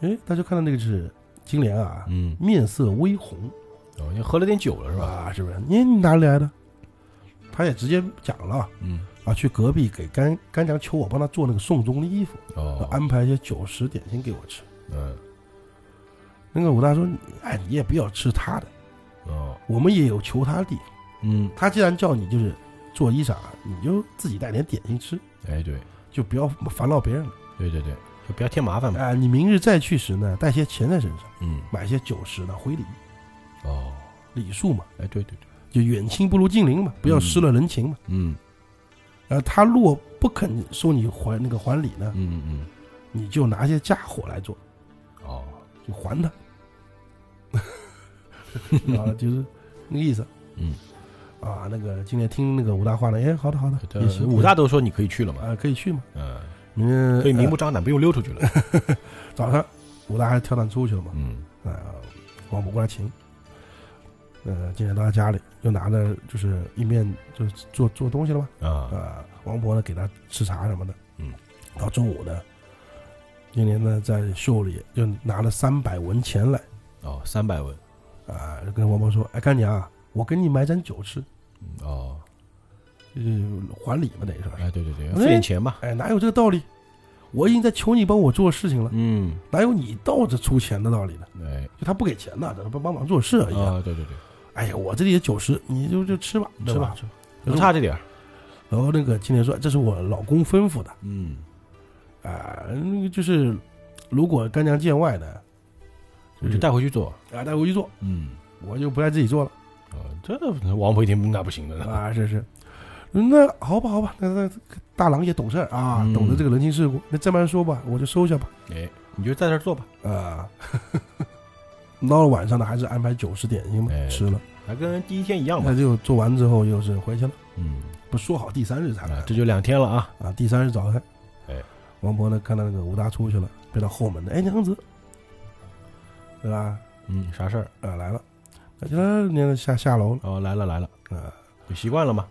Speaker 2: 哎，他就看到那个是金莲啊，
Speaker 1: 嗯，
Speaker 2: 面色微红，
Speaker 1: 哦，因为喝了点酒了是吧？
Speaker 2: 啊，是不是？你你哪里来的？他也直接讲了啊。
Speaker 1: 嗯，
Speaker 2: 啊，去隔壁给干干娘求我帮她做那个送终的衣服，
Speaker 1: 哦，
Speaker 2: 安排一些酒食点心给我吃。
Speaker 1: 嗯，
Speaker 2: 那个武大说：“哎，你也不要吃他的，
Speaker 1: 哦，
Speaker 2: 我们也有求他的地方。
Speaker 1: 嗯，
Speaker 2: 他既然叫你就是做衣裳，你就自己带点点心吃，
Speaker 1: 哎，对，
Speaker 2: 就不要烦扰别人了。
Speaker 1: 对对对，就不要添麻烦嘛。
Speaker 2: 哎，你明日再去时呢，带些钱在身上，
Speaker 1: 嗯，
Speaker 2: 买些酒食呢，回礼
Speaker 1: 哦，
Speaker 2: 礼数嘛，
Speaker 1: 哎，对对对，
Speaker 2: 就远亲不如近邻嘛，不要失了人情嘛。
Speaker 1: 嗯
Speaker 2: 然后他若不肯收你还那个还礼呢，
Speaker 1: 嗯嗯，
Speaker 2: 你就拿些家伙来做，
Speaker 1: 哦，
Speaker 2: 就 还他。啊，就是那个意思
Speaker 1: 嗯，
Speaker 2: 啊。那个今天听那个武大话呢，哎，好的好的，也行。
Speaker 1: 武大都说你可以去了嘛，
Speaker 2: 啊，可以去嘛。
Speaker 1: 嗯，
Speaker 2: 明天
Speaker 1: 可以明
Speaker 2: 呃
Speaker 1: 目张胆，不用溜出去了。
Speaker 2: 早上，武大还跳蛋出去了嘛？
Speaker 1: 嗯，
Speaker 2: 啊，王母过来请。呃，今天到他家里，又拿着就是一面就是做做东西了嘛。
Speaker 1: 啊，
Speaker 2: 啊，王婆呢给他吃茶什么的。
Speaker 1: 嗯，
Speaker 2: 到中午呢，今年呢在袖里又拿了三百文钱来。
Speaker 1: 哦，三百文，
Speaker 2: 啊，跟王婆说：“哎，干娘啊，我给你买盏酒吃。
Speaker 1: 嗯哦，
Speaker 2: 就是还礼嘛，等于说是。
Speaker 1: 哎，对对对，
Speaker 2: 哎
Speaker 1: 付点钱吧。
Speaker 2: 哎，哪有这个道理？我已经在求你帮我做事情了，
Speaker 1: 嗯，
Speaker 2: 哪有你倒着出钱的道理呢？
Speaker 1: 哎，
Speaker 2: 就他不给钱呢，他帮帮忙做事而已。
Speaker 1: 啊，对对对，
Speaker 2: 哎呀，我这里也九十，你就就吃吧，对
Speaker 1: 吃
Speaker 2: 吧
Speaker 1: 吧？不差这点儿。
Speaker 2: 然后那个青年说：“哎这是我老公吩咐的
Speaker 1: 嗯，
Speaker 2: 啊、那个就是如果干娘见外的，
Speaker 1: 你就带回去做。
Speaker 2: 啊带回去做，
Speaker 1: 嗯，
Speaker 2: 我就不爱自己做了
Speaker 1: 啊，这王婆一听那不行的，
Speaker 2: 啊，是是。嗯那好吧，好吧，那那大郎也懂事儿啊，
Speaker 1: 嗯
Speaker 2: 懂得这个人情世故。那这么说吧，我就收下吧。
Speaker 1: 哎，你就在这儿做吧，
Speaker 2: 啊， 到了晚上呢，还是安排九十点心嘛，
Speaker 1: 哎
Speaker 2: 吃了。
Speaker 1: 还跟第一天一样嘛
Speaker 2: 那。就做完之后又是回去了，
Speaker 1: 嗯，
Speaker 2: 不说好第三日才来
Speaker 1: 啊，这就两天了啊。
Speaker 2: 啊，第三日早上，
Speaker 1: 哎，
Speaker 2: 王婆呢看到那个武大出去了，便到后门的，哎，娘子，对吧？
Speaker 1: 嗯，啥事儿？
Speaker 2: 啊，来了，那就来那下下楼了，
Speaker 1: 哦，来了来了，
Speaker 2: 啊，
Speaker 1: 就习惯了嘛。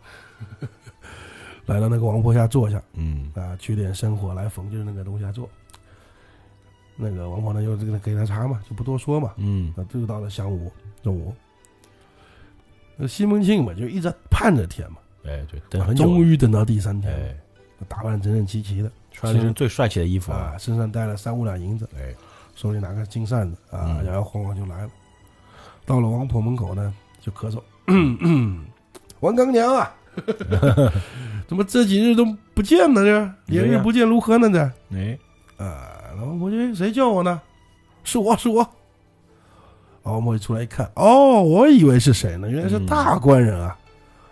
Speaker 2: 来到那个王婆家坐下，
Speaker 1: 嗯，
Speaker 2: 啊，取点生火来缝制那个东西下做。那个王婆呢又这个给他茶嘛，就不多说嘛，
Speaker 1: 嗯，
Speaker 2: 那就到了晌午中午。那西门庆嘛，就一直盼着天嘛，
Speaker 1: 哎，对，等很久了。
Speaker 2: 终于等到第三天了，
Speaker 1: 哎，
Speaker 2: 打扮整整齐齐的，
Speaker 1: 穿的是最帅气的衣服啊。
Speaker 2: 啊，身上带了三五两银子，
Speaker 1: 哎，
Speaker 2: 手里拿个金扇子啊，
Speaker 1: 嗯
Speaker 2: 摇摇晃晃就来了。到了王婆门口呢，就咳嗽， 王刚娘 啊，怎么这几日都不见呢？这连
Speaker 1: 对
Speaker 2: 日
Speaker 1: 呀
Speaker 2: 不见如何呢？这
Speaker 1: 哎，
Speaker 2: 啊，然后我就谁叫我呢？是我是我。王婆一出来一看，哦，我以为是谁呢？原来是大官人啊！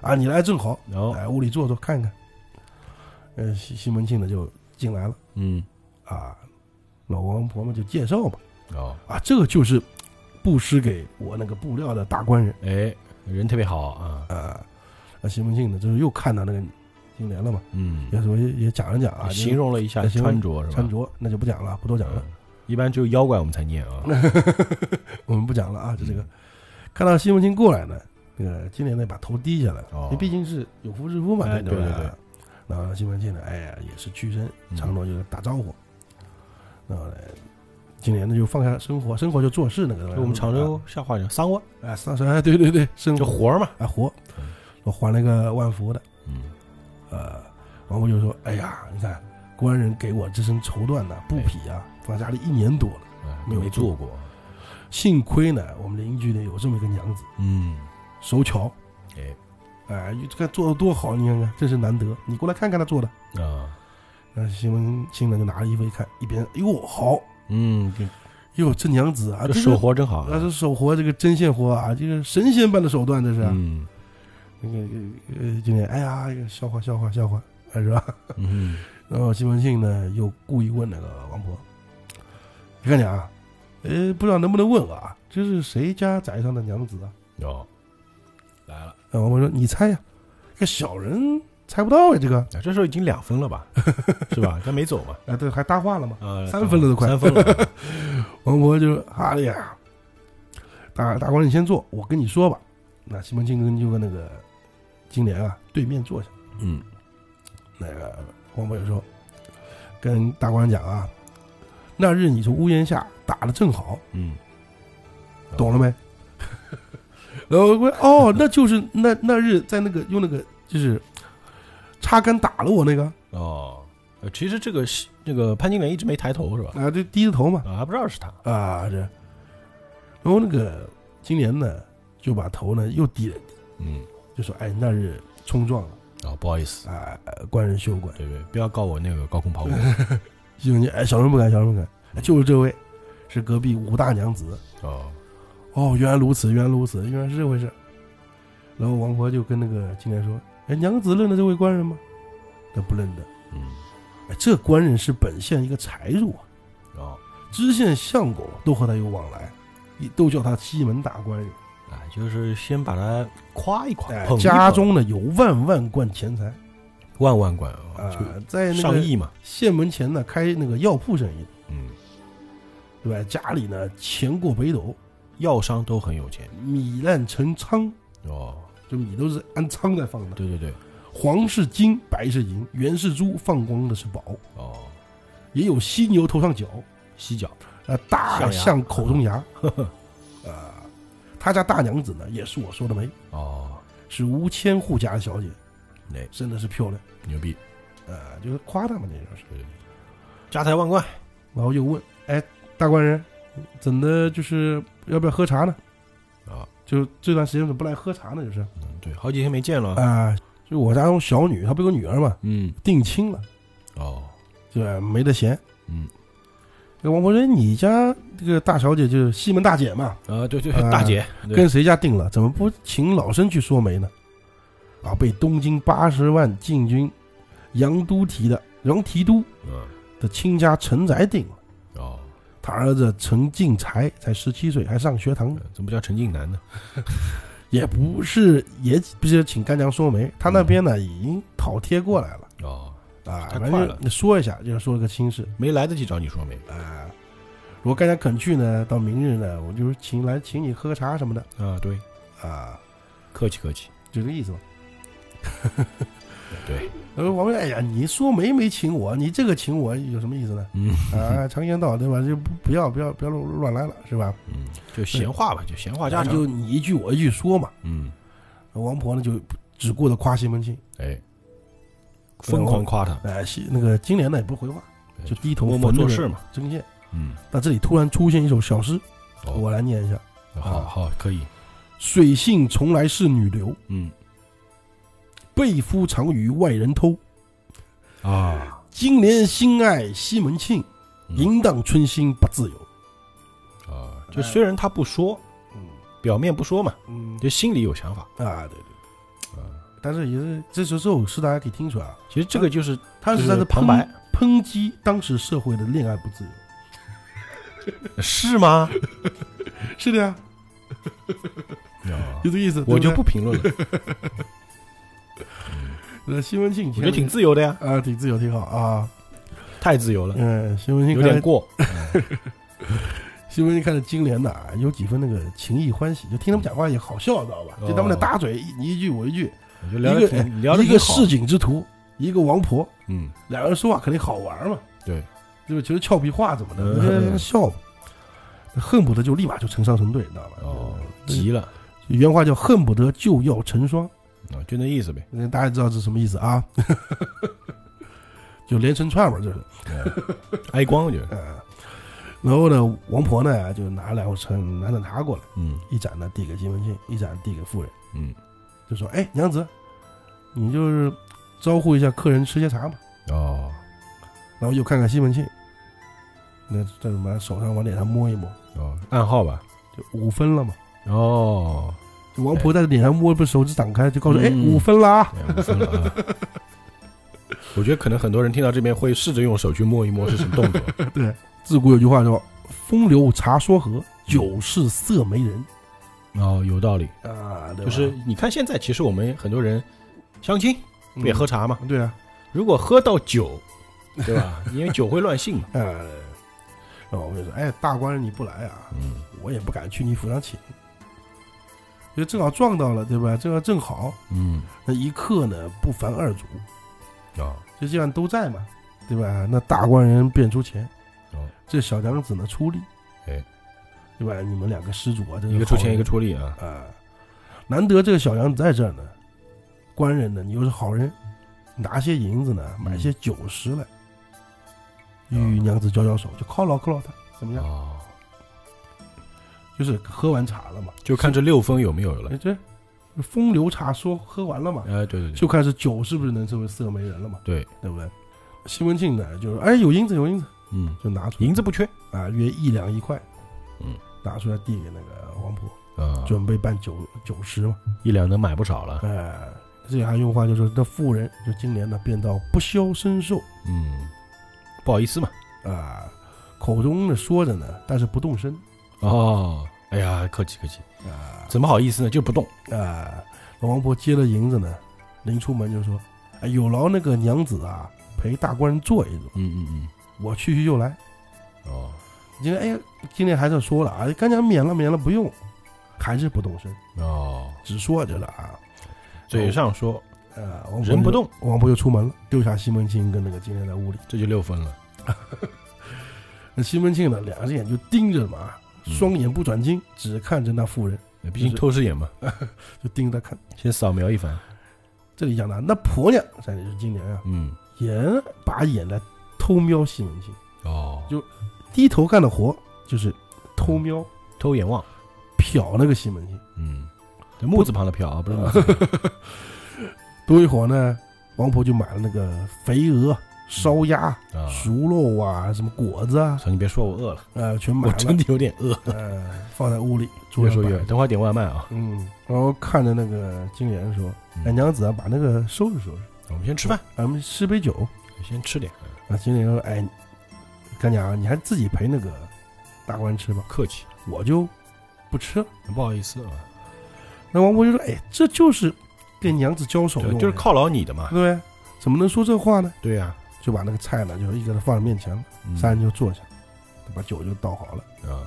Speaker 2: 啊，你来正好，哎
Speaker 1: 然后，
Speaker 2: 来屋里坐坐看看。呃，西西门庆呢就进来了
Speaker 1: 嗯，
Speaker 2: 啊，老王婆们就介绍嘛。
Speaker 1: 哦，
Speaker 2: 啊，这个就是布施给我那个布料的大官人
Speaker 1: 哎，人特别好啊。
Speaker 2: 啊。那西门庆呢，就是又看到那个金莲了嘛，
Speaker 1: 嗯，
Speaker 2: 也说也也讲了讲啊，
Speaker 1: 形容了一下
Speaker 2: 形容
Speaker 1: 穿着是吧？
Speaker 2: 穿着，那就不讲了，不多讲了，
Speaker 1: 嗯一般只有妖怪我们才念啊。
Speaker 2: 我们不讲了啊，就这个
Speaker 1: 嗯。
Speaker 2: 看到西门庆过来呢，那个金莲呢把头低下来了，
Speaker 1: 哦
Speaker 2: 因为毕竟是有夫之妇嘛，
Speaker 1: 哎
Speaker 2: 对不
Speaker 1: 对对对嗯
Speaker 2: 然后西门庆呢，哎呀，也是屈身，长
Speaker 1: 着
Speaker 2: 罗就打招呼，然后呢，金莲呢就放下生活，生活就做事那个东 西，
Speaker 1: 就我们常哦州下话讲桑窝，
Speaker 2: 啊，上山， 哎对对对，生
Speaker 1: 就
Speaker 2: 活
Speaker 1: 活儿嘛。
Speaker 2: 啊活
Speaker 1: 嗯，
Speaker 2: 我还了个万福的。
Speaker 1: 嗯，
Speaker 2: 呃，王婆就说：“哎呀，你看官人给我这身绸缎呐、布匹啊，放家里一年多了，
Speaker 1: 哎
Speaker 2: 没有
Speaker 1: 没做过。
Speaker 2: 幸亏呢，我们邻居呢有这么一个娘子，
Speaker 1: 嗯，
Speaker 2: 手巧，
Speaker 1: 哎，
Speaker 2: 哎，这个做的多好，你看看，真是难得。你过来看看她做的。”嗯
Speaker 1: 啊，
Speaker 2: 那西门庆呢就拿着衣服一看，一边哟好，
Speaker 1: 嗯，这
Speaker 2: 哟这娘子啊，
Speaker 1: 这
Speaker 2: 这
Speaker 1: 手
Speaker 2: 活，
Speaker 1: 活真好啊。
Speaker 2: 啊这手活这个针线活啊，这个神仙般的手段，这是啊、
Speaker 1: 嗯
Speaker 2: 那个呃呃今天哎呀，笑话笑话笑话，是吧？
Speaker 1: 嗯，
Speaker 2: 然后西门庆呢又故意问那个王婆：“你看见啊，呃，不知道能不能问我啊，这是谁家宅上的娘子啊
Speaker 1: 有来了。？”
Speaker 2: 那王婆说：“你猜呀、这个小人猜不到呀、这个
Speaker 1: 啊，这时候已经两分了 吧，是吧？他没走嘛，
Speaker 2: 啊，对，还搭话了嘛。
Speaker 1: 啊，
Speaker 2: 三分了都快
Speaker 1: 三分了，”
Speaker 2: 王婆就：“哎呀，大大官人你先坐，我跟你说吧。”那西门庆跟就跟那个金莲啊对面坐下，
Speaker 1: 嗯，
Speaker 2: 那个王婆就说：“跟大官人讲啊，那日你从屋檐下打的正好，
Speaker 1: 嗯，
Speaker 2: 懂了没？ 然后我哦，那就是那那日在那个用那个就是插杆打了我那个
Speaker 1: 哦，呃其实这个是那个潘金莲一直没抬头是吧？
Speaker 2: 啊，就低着头嘛
Speaker 1: 啊，还不知道是他，
Speaker 2: 啊这，然后那个金莲呢就把头呢又低了，
Speaker 1: 嗯，
Speaker 2: 就说哎那日冲撞了
Speaker 1: 哦，不好意思，
Speaker 2: 啊，官人休怪。
Speaker 1: 对对，不要告我那个高空抛物，
Speaker 2: 西门庆哎小人不敢，小人不敢，哎就是这位是隔壁武大娘子
Speaker 1: 哦，
Speaker 2: 哦，原来如此，原来如此，原来是这回事。然后王婆就跟那个金莲说，哎娘子认得这位官人吗？那不认得。
Speaker 1: 嗯，
Speaker 2: 哎，这官人是本县一个财主啊，
Speaker 1: 哦，
Speaker 2: 知县相公都和他有往来，也都叫他西门大官人。
Speaker 1: 啊，就是先把他夸一夸
Speaker 2: 哎，
Speaker 1: 捧一捧
Speaker 2: 家中呢有万万贯钱财
Speaker 1: 万万贯
Speaker 2: 啊、
Speaker 1: 啊，就
Speaker 2: 在那
Speaker 1: 上
Speaker 2: 个
Speaker 1: 亿嘛，
Speaker 2: 县门前呢开那个药铺生意，
Speaker 1: 嗯，
Speaker 2: 对吧？家里呢钱过北斗，
Speaker 1: 药商都很有钱，
Speaker 2: 米烂成仓，
Speaker 1: 哦，
Speaker 2: 就米都是按仓在放的，
Speaker 1: 对对对，
Speaker 2: 黄是金，白是银，原是珠，放光的是宝，
Speaker 1: 哦，
Speaker 2: 也有犀牛头上角，
Speaker 1: 犀角，
Speaker 2: 啊，大
Speaker 1: 象牙
Speaker 2: 象口中牙，啊，他家大娘子呢也是我说的媒。
Speaker 1: 哦，
Speaker 2: 是吴千户家的小姐，
Speaker 1: 哎，
Speaker 2: 真的是漂亮，
Speaker 1: 牛逼，
Speaker 2: 呃，就是夸他们那种事。
Speaker 1: 家财万贯，
Speaker 2: 然后又问，哎，大官人，怎的就是要不要喝茶呢？
Speaker 1: 啊，
Speaker 2: 就这段时间怎么不来喝茶呢？就是
Speaker 1: 嗯，对，好几天没见了，
Speaker 2: 啊、就我家有小女，她不有个女儿嘛，
Speaker 1: 嗯，
Speaker 2: 定亲了，
Speaker 1: 哦，
Speaker 2: 对吧？没得闲。
Speaker 1: 嗯，
Speaker 2: 这个王婆说，你家这个大小姐就是西门大姐嘛，
Speaker 1: 啊，对对，
Speaker 2: 啊
Speaker 1: 大姐，对
Speaker 2: 跟谁家定了？怎么不请老生去说媒呢？啊，被东京八十万禁军杨都提的杨提督
Speaker 1: 嗯，
Speaker 2: 的亲家陈宅定了。
Speaker 1: 哦，
Speaker 2: 他儿子陈进才才十七岁，还上学堂，
Speaker 1: 怎么叫陈近南呢？
Speaker 2: 也不是也不是请干娘说媒，他那边呢已经讨贴过来了
Speaker 1: 哦，
Speaker 2: 啊，
Speaker 1: 太
Speaker 2: 反
Speaker 1: 快
Speaker 2: 正
Speaker 1: 了
Speaker 2: 就说一下，就是说了个亲事
Speaker 1: 没来得及找你说媒，
Speaker 2: 啊。如果干娘肯去呢，到明日呢，我就是请来请你喝个茶什么的
Speaker 1: 啊，对，
Speaker 2: 啊，
Speaker 1: 客气客气，
Speaker 2: 就这个意思嘛。
Speaker 1: 对，
Speaker 2: 然后王瑞，哎呀，你说媒没请我，你这个请我有什么意思呢？
Speaker 1: 嗯
Speaker 2: 啊，常言道对吧？就不不要不要不要乱来了是吧？
Speaker 1: 嗯，就闲话吧，就闲话家常，
Speaker 2: 就你一句我一句说嘛。
Speaker 1: 嗯，
Speaker 2: 王婆呢就只顾着夸西门庆，
Speaker 1: 哎，疯狂夸他，
Speaker 2: 哎，西那个金莲呢也不回话，就低头
Speaker 1: 默默
Speaker 2: 缝那
Speaker 1: 做
Speaker 2: 个
Speaker 1: 事嘛，
Speaker 2: 针线。
Speaker 1: 嗯，
Speaker 2: 那这里突然出现一首小诗，
Speaker 1: 哦
Speaker 2: 我来念一下：
Speaker 1: 好好可以，
Speaker 2: 水性从来是女流，
Speaker 1: 嗯
Speaker 2: 背夫常与外人偷。
Speaker 1: 啊，
Speaker 2: 金莲心爱西门庆，
Speaker 1: 嗯
Speaker 2: 淫荡春心不自由。
Speaker 1: 啊，就虽然他不说，
Speaker 2: 嗯
Speaker 1: 表面不说嘛，
Speaker 2: 嗯
Speaker 1: 就心里有想法，
Speaker 2: 啊，对对，
Speaker 1: 啊，
Speaker 2: 但是也是这首这首诗大家可以听出来啊，
Speaker 1: 其实这个就是
Speaker 2: 他是在这
Speaker 1: 旁
Speaker 2: 抨
Speaker 1: 白
Speaker 2: 抨击当时社会的恋爱不自由。
Speaker 1: 是 吗？
Speaker 2: 是的呀，
Speaker 1: 啊
Speaker 2: 就这意思。
Speaker 1: 我
Speaker 2: 哦对
Speaker 1: 就
Speaker 2: 不
Speaker 1: 不评论 了，
Speaker 2: 对呃西门庆
Speaker 1: 我
Speaker 2: 前，
Speaker 1: 觉得挺自由的呀，
Speaker 2: 啊，挺自由，挺好啊。
Speaker 1: 太自由了，
Speaker 2: 嗯，西门庆
Speaker 1: 有
Speaker 2: 看来
Speaker 1: 点过，
Speaker 2: 西门庆看着金莲呐，有几分那个情意欢喜，就听他们讲话也好笑，知道吧？
Speaker 1: 哦
Speaker 2: 就他们俩搭嘴，一你一句我一句，
Speaker 1: 我觉得聊得
Speaker 2: 一个
Speaker 1: 挺聊得
Speaker 2: 一
Speaker 1: 挺
Speaker 2: 个
Speaker 1: 好，
Speaker 2: 市井之徒，一个王婆，
Speaker 1: 嗯，
Speaker 2: 两人说话肯定好玩嘛，
Speaker 1: 对，
Speaker 2: 对吧？就是俏皮话怎么的，
Speaker 1: 嗯
Speaker 2: 那个笑嘛，恨不得就立马就成双成对，你知道吧？
Speaker 1: 哦，
Speaker 2: 对
Speaker 1: 急了，
Speaker 2: 原话叫恨不得就要成双，
Speaker 1: 啊，就那意思呗，
Speaker 2: 那大家知道这是什么意思啊？ 就连成串嘛，这是。
Speaker 1: 对挨光我觉得，
Speaker 2: 嗯，然后呢，王婆呢就拿两成拿盏茶过来，
Speaker 1: 嗯
Speaker 2: 一盏呢递给西门庆，一盏递给妇人。
Speaker 1: 嗯，
Speaker 2: 就说：“哎，娘子，你就是招呼一下客人吃些茶嘛。
Speaker 1: 哦”
Speaker 2: 然后又看看西门庆，那这什么手上往脸上摸一摸，
Speaker 1: 哦，暗号吧，
Speaker 2: 就五分了嘛。
Speaker 1: 哦，
Speaker 2: 就王婆在脸上摸，不是手指展开，就告诉：“哎，
Speaker 1: 嗯
Speaker 2: 五分了啊
Speaker 1: 哎五分了啊。 我觉得可能很多人听到这边会试着用手去摸一摸是什么动 作，！”
Speaker 2: 自古有句话叫“风流茶说和，酒是色媒人
Speaker 1: 哦，有道理。”
Speaker 2: 啊，对吧
Speaker 1: 就是你看现在，其实我们很多人相亲不也喝、茶嘛？
Speaker 2: 嗯对啊，
Speaker 1: 如果喝到酒，对 吧？因为酒会乱性嘛。
Speaker 2: 哎、然后我就说：“哎，大官人你不来啊，
Speaker 1: 嗯
Speaker 2: 我也不敢去你府上请。”就正好撞到了，对吧？这个正好，
Speaker 1: 嗯
Speaker 2: 那一刻呢不凡二主，
Speaker 1: 啊
Speaker 2: 就既然都在嘛，对吧？那大官人便出钱，
Speaker 1: 哦，
Speaker 2: 这小娘子呢出力，
Speaker 1: 哎，
Speaker 2: 对吧？你们两个施主啊，这个
Speaker 1: 一个出钱一个
Speaker 2: 出
Speaker 1: 出力啊，
Speaker 2: 啊，难得这个小娘子在这儿呢，官人呢，你又是好人，拿些银子呢，买
Speaker 1: 嗯
Speaker 2: 些酒食来，
Speaker 1: 啊
Speaker 2: 与娘子交交手，就犒劳犒劳她，怎么样？
Speaker 1: 哦，
Speaker 2: 就是喝完茶了嘛，
Speaker 1: 就看这六分有没有
Speaker 2: 哎
Speaker 1: 了。
Speaker 2: 这风流茶说喝完了嘛，
Speaker 1: 哎，对对对，
Speaker 2: 就看这酒是不是能成为色媒人了嘛，
Speaker 1: 对，
Speaker 2: 对不对？西门庆呢，就是哎有银子有银子，
Speaker 1: 嗯，
Speaker 2: 就拿出来
Speaker 1: 银子不缺
Speaker 2: 啊，约一两一块，
Speaker 1: 嗯，
Speaker 2: 拿出来递给那个王婆，
Speaker 1: 啊，
Speaker 2: 准备办酒酒食嘛，
Speaker 1: 一两能买不少了。
Speaker 2: 哎、这里还用话就是那妇人就今年呢变到不消身瘦
Speaker 1: 嗯，不好意思嘛。
Speaker 2: 啊、口中呢说着呢，但是不动身
Speaker 1: 哦，哎呀，客气客气，
Speaker 2: 啊
Speaker 1: 怎么好意思呢？就不动。
Speaker 2: 啊、那王婆接了银子呢，临出门就说，哎，有劳那个娘子啊陪大官人坐一坐，
Speaker 1: 嗯嗯嗯，
Speaker 2: 我去去就来。
Speaker 1: 哦
Speaker 2: 今天哎呀，今天还是说了啊，干娘免了免了，不用，还是不动身，
Speaker 1: 哦，
Speaker 2: 只说着了啊。
Speaker 1: 嘴上说
Speaker 2: 呃，王婆
Speaker 1: 人不
Speaker 2: 就
Speaker 1: 动，
Speaker 2: 王婆就出门了，丢下西门庆跟那个金莲在屋里。
Speaker 1: 这就六分了。
Speaker 2: 那西门庆呢，两只眼就盯着嘛，
Speaker 1: 嗯
Speaker 2: 双眼不转睛，只看着那妇人，
Speaker 1: 毕竟透视眼嘛，
Speaker 2: 就盯着她看。
Speaker 1: 先扫描一番。
Speaker 2: 这里讲的那婆娘，咱就是金莲啊，
Speaker 1: 嗯，
Speaker 2: 也把眼来偷瞄西门庆，
Speaker 1: 哦，
Speaker 2: 就低头干的活就是偷
Speaker 1: 嗯
Speaker 2: 瞄
Speaker 1: 偷眼望，
Speaker 2: 瞟那个西门庆。
Speaker 1: 嗯，这木字旁的瞟啊，不是木字旁，
Speaker 2: 多一会儿呢，王婆就买了那个肥鹅、烧鸭、
Speaker 1: 嗯啊，
Speaker 2: 熟肉啊，什么果子啊，
Speaker 1: 操，你别说我饿了，
Speaker 2: 呃，全买
Speaker 1: 我
Speaker 2: 了
Speaker 1: 真，的有点饿，
Speaker 2: 呃，放在屋里。桌
Speaker 1: 越
Speaker 2: 上
Speaker 1: 说
Speaker 2: 摆
Speaker 1: 越
Speaker 2: 着，
Speaker 1: 等会儿点外卖啊，
Speaker 2: 嗯，然后看着那个金莲说：“哎，
Speaker 1: 嗯
Speaker 2: 娘子啊，把那个收拾收拾，
Speaker 1: 我们先吃饭，
Speaker 2: 咱们吃杯酒。”
Speaker 1: 嗯先吃点，
Speaker 2: 啊，经理说：“哎，干娘，你还自己陪那个大官吃吧，
Speaker 1: 客气，
Speaker 2: 我就不吃了。
Speaker 1: 不好意思啊，”
Speaker 2: 那王婆就说：“哎，这就是跟娘子交手
Speaker 1: 对
Speaker 2: 用的，
Speaker 1: 就是犒劳你的嘛
Speaker 2: 对，不对？啊怎么能说这话呢
Speaker 1: 对啊呀，？”
Speaker 2: 就把那个菜呢，就一个人放在面前了，
Speaker 1: 嗯
Speaker 2: 三人就坐下，把酒就倒好了。
Speaker 1: 啊，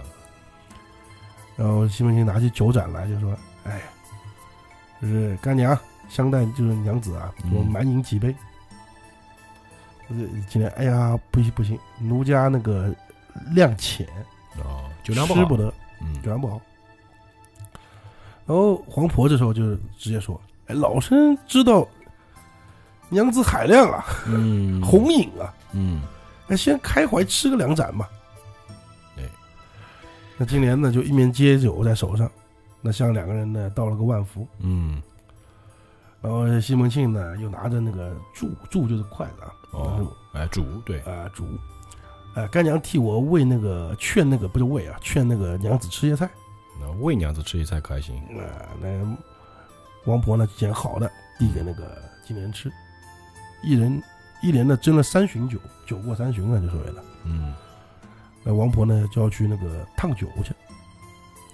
Speaker 2: 然后西门庆拿起酒盏来，就说：“哎，就是干娘相待就是娘子啊，我
Speaker 1: 嗯
Speaker 2: 满饮几杯。就是今天，哎呀，不行不行，奴家那个量浅，
Speaker 1: 哦，酒量不
Speaker 2: 吃
Speaker 1: 好，
Speaker 2: 不得。
Speaker 1: 嗯
Speaker 2: 酒，量不好。然后黄婆这时候就直接说：“哎，老身知道娘子海量啊，
Speaker 1: 嗯，
Speaker 2: 红，饮啊，
Speaker 1: 嗯，
Speaker 2: 哎，先开怀吃个两盏吧。”
Speaker 1: 对。
Speaker 2: 那金莲呢，就一面接酒在手上，那向两个人呢道了个万福。
Speaker 1: 嗯，
Speaker 2: 然后西门庆呢，又拿着那个箸，箸就是筷子啊，
Speaker 1: 哦，哎，煮，对，
Speaker 2: 啊箸，呃，干娘替我喂那个劝那个不是喂啊，劝那个娘子吃些菜。
Speaker 1: 那魏娘子吃一菜开心，
Speaker 2: 啊，那王婆呢捡好的递给那个金莲吃，一人一连呢斟了三巡酒，酒过三巡啊，就所谓的。
Speaker 1: 嗯，
Speaker 2: 那王婆呢就要去那个烫酒去，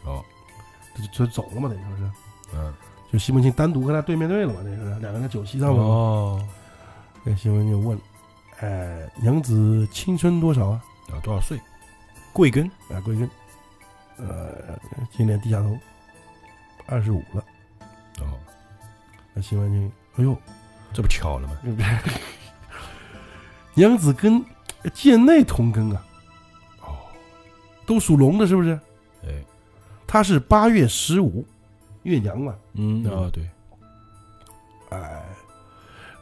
Speaker 1: 哦，
Speaker 2: 这就走了嘛，等于说是，
Speaker 1: 嗯，
Speaker 2: 就西门庆单独跟他对面对了嘛，等于说是两个人在酒席上嘛。
Speaker 1: 哦，
Speaker 2: 那、西门庆问，哎，娘子青春多少啊？
Speaker 1: 啊，多少岁？贵庚？
Speaker 2: 啊，贵庚？呃，金莲低下头，二十五了。
Speaker 1: 哦，
Speaker 2: 那西门庆，哎呦，
Speaker 1: 这不巧了吗？
Speaker 2: 娘子跟贱内同根啊，
Speaker 1: 哦，
Speaker 2: 都属龙的，是不是？
Speaker 1: 哎，
Speaker 2: 他是八月十五，岳阳嘛，
Speaker 1: 嗯，哦，对，
Speaker 2: 哎，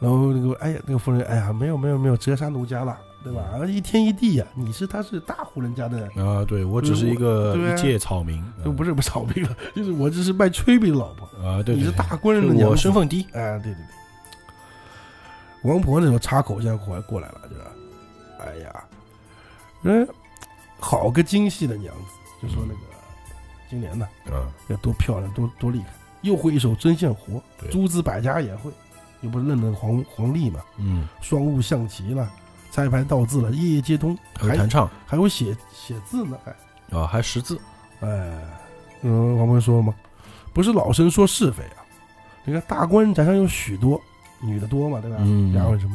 Speaker 2: 然后那个哎呀，那个夫人，哎呀，没有没有没有，折杀奴家了，对吧？一天一地呀、啊你是他是大户人家的，
Speaker 1: 啊，对我只是一个
Speaker 2: 对啊
Speaker 1: 一介草民，
Speaker 2: 就不
Speaker 1: 是
Speaker 2: 是不炒饼了，就是我这是卖炊饼的老婆，
Speaker 1: 啊，对，对
Speaker 2: 你是
Speaker 1: 对
Speaker 2: 大官人的
Speaker 1: 就
Speaker 2: 娘
Speaker 1: 我
Speaker 2: 子
Speaker 1: 身，份低，
Speaker 2: 哎，对对对。王婆那时候插口现在过来过来了，就是，哎呀，人好个精细的娘子，就说那个
Speaker 1: 嗯
Speaker 2: 金莲呐，
Speaker 1: 啊，
Speaker 2: 要多漂亮，多多厉害，又会一手针线活
Speaker 1: 对，
Speaker 2: 诸子百家也会，又不是认得黄黄历嘛，
Speaker 1: 嗯，
Speaker 2: 双陆象棋了，猜牌倒字了，夜夜皆通，
Speaker 1: 还有
Speaker 2: 还
Speaker 1: 弹唱
Speaker 2: 还会写写字呢，哎还
Speaker 1: 啊，还识字，
Speaker 2: 哎，嗯，王鹏说嘛，不是老生说是非啊，你看大官人宅上有许多女的多嘛，对吧？
Speaker 1: 嗯
Speaker 2: 啊然后什么，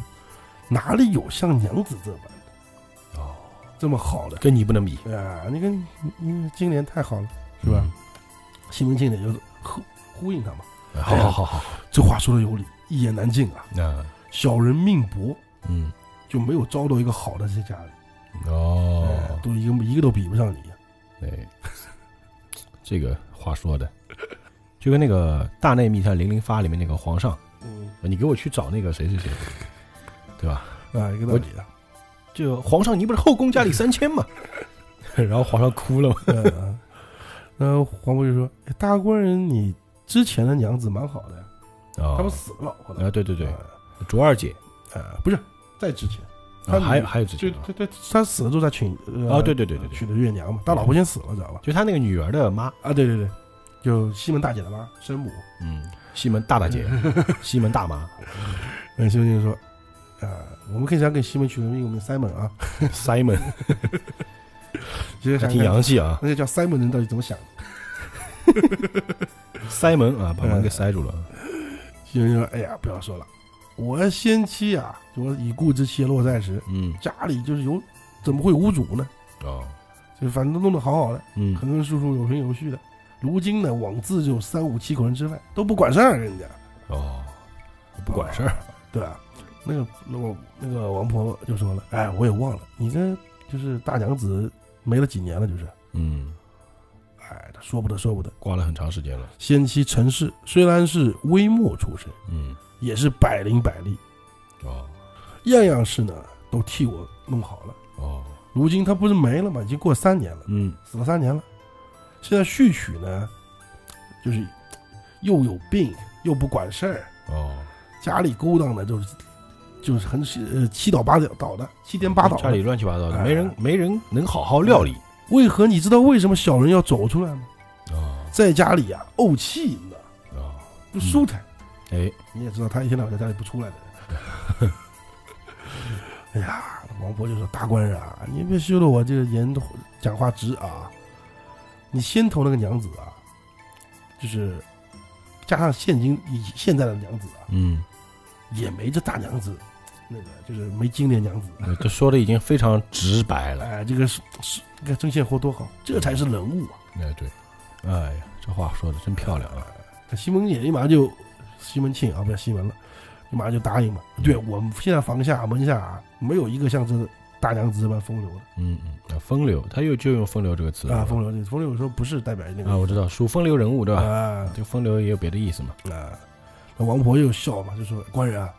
Speaker 2: 哪里有像娘子这般的
Speaker 1: 哦，
Speaker 2: 这么好的？
Speaker 1: 跟你不能比，
Speaker 2: 啊，你看，你金莲太好了，
Speaker 1: 嗯
Speaker 2: 是吧？西门庆呢，就是呼呼应他嘛。
Speaker 1: 嗯？好好好好，
Speaker 2: 这话说的有理，一言难尽啊。
Speaker 1: 那
Speaker 2: 小人命薄，
Speaker 1: 嗯，
Speaker 2: 就没有招到一个好的这家里，哎
Speaker 1: 哦，
Speaker 2: 都一个一个都比不上你。啊
Speaker 1: 哎，这个话说的，就跟那个《大内密探零零发》里面那个皇上，
Speaker 2: 嗯，
Speaker 1: 你给我去找那个谁谁谁，对吧？
Speaker 2: 啊，一个道理的。
Speaker 1: 就皇上，你不是后宫佳丽三千嘛？ 然后皇上哭了嘛？
Speaker 2: 嗯，那黄渤就说：“哎大官人，你之前的娘子蛮好的呀，
Speaker 1: 啊
Speaker 2: 他们死了老婆了。
Speaker 1: 啊，对对对，
Speaker 2: 啊，
Speaker 1: 卓二姐，
Speaker 2: 呃，不是在之前，
Speaker 1: 啊
Speaker 2: 他
Speaker 1: 还有还有之
Speaker 2: 就
Speaker 1: 前啊，
Speaker 2: 对对，他死了之后再娶呃
Speaker 1: 啊对对对对对
Speaker 2: 娶的月娘嘛，大老婆先死了，知道吧？
Speaker 1: 就他那个女儿的妈，
Speaker 2: 啊，对对对，就西门大姐的妈生母。
Speaker 1: 嗯，西门大大 姐，西门大妈
Speaker 2: 嗯，西门庆说：啊，我们可以想给西门取个名，我们 Simon 啊，
Speaker 1: ，Simon
Speaker 2: 直接
Speaker 1: 还
Speaker 2: 想
Speaker 1: 挺
Speaker 2: 看
Speaker 1: 洋气啊
Speaker 2: 那些叫 Simon 的人到底怎么想的？
Speaker 1: ，Simon 啊，把门给塞住了，
Speaker 2: 西门庆说：哎呀，不要说了，我先妻啊，我已故之妻落在时，
Speaker 1: 嗯，
Speaker 2: 家里就是有，怎么会无主呢？
Speaker 1: 哦，
Speaker 2: 就反正都弄得好好的，
Speaker 1: 嗯，
Speaker 2: 很很舒舒、有凭有据的。如今呢，枉自就三五七口人吃饭，都不管事儿，人家
Speaker 1: 哦，不管事儿，
Speaker 2: 对吧？那个那我那个王婆就说了，哎，我也忘了，你这就是大娘子没了几年了，就是，
Speaker 1: 嗯，
Speaker 2: 哎，她说不得说不得。
Speaker 1: 挂了很长时间了，
Speaker 2: 先妻陈氏虽然是微末出身，
Speaker 1: 嗯，
Speaker 2: 也是百灵百利，
Speaker 1: 哦
Speaker 2: 样样事呢都替我弄好了。
Speaker 1: 哦，
Speaker 2: 如今他不是没了吗？已经过三年了，
Speaker 1: 嗯
Speaker 2: 死了三年了。现在序曲呢，就是又有病又不管事儿，
Speaker 1: 哦，
Speaker 2: 家里勾当的就是就是很呃七倒八倒的，七颠八倒
Speaker 1: 家
Speaker 2: 的
Speaker 1: 里。乱七八糟的，
Speaker 2: 哎
Speaker 1: 没人没人能好好料理。
Speaker 2: 为何你知道为什么小人要走出来吗？
Speaker 1: 哦
Speaker 2: 在家里啊怄气，你知道
Speaker 1: 哦，
Speaker 2: 不舒坦。
Speaker 1: 哎，
Speaker 2: 你也知道，他一天到晚在家里不出来的人。 哎呀，王勃就说：“大官人啊，你别羞了我这个言讲话直啊！你先头那个娘子啊，就是加上现今以现在的娘子啊，
Speaker 1: 嗯，
Speaker 2: 也没这大娘子那个，就是没金莲娘子。
Speaker 1: 这说的已经非常直白了。
Speaker 2: 哎，这个是是，你看针线活多好，这才是人物啊！
Speaker 1: 哎，对，哎呀，这话说的真漂亮啊。
Speaker 2: 这西门庆一马上就西门庆啊，不是西门了，一马上就答应嘛。对
Speaker 1: 嗯
Speaker 2: 我们现在房下门下啊，没有一个像这大娘子这般风流的。”
Speaker 1: 嗯嗯，啊风流，他又就用风流这个词
Speaker 2: 啊，风流对，风流有时候不是代表那个
Speaker 1: 啊，我知道属风流人物对吧？
Speaker 2: 啊
Speaker 1: 这个风流也有别的意思嘛。
Speaker 2: 啊，那王婆又笑嘛，就说官人啊，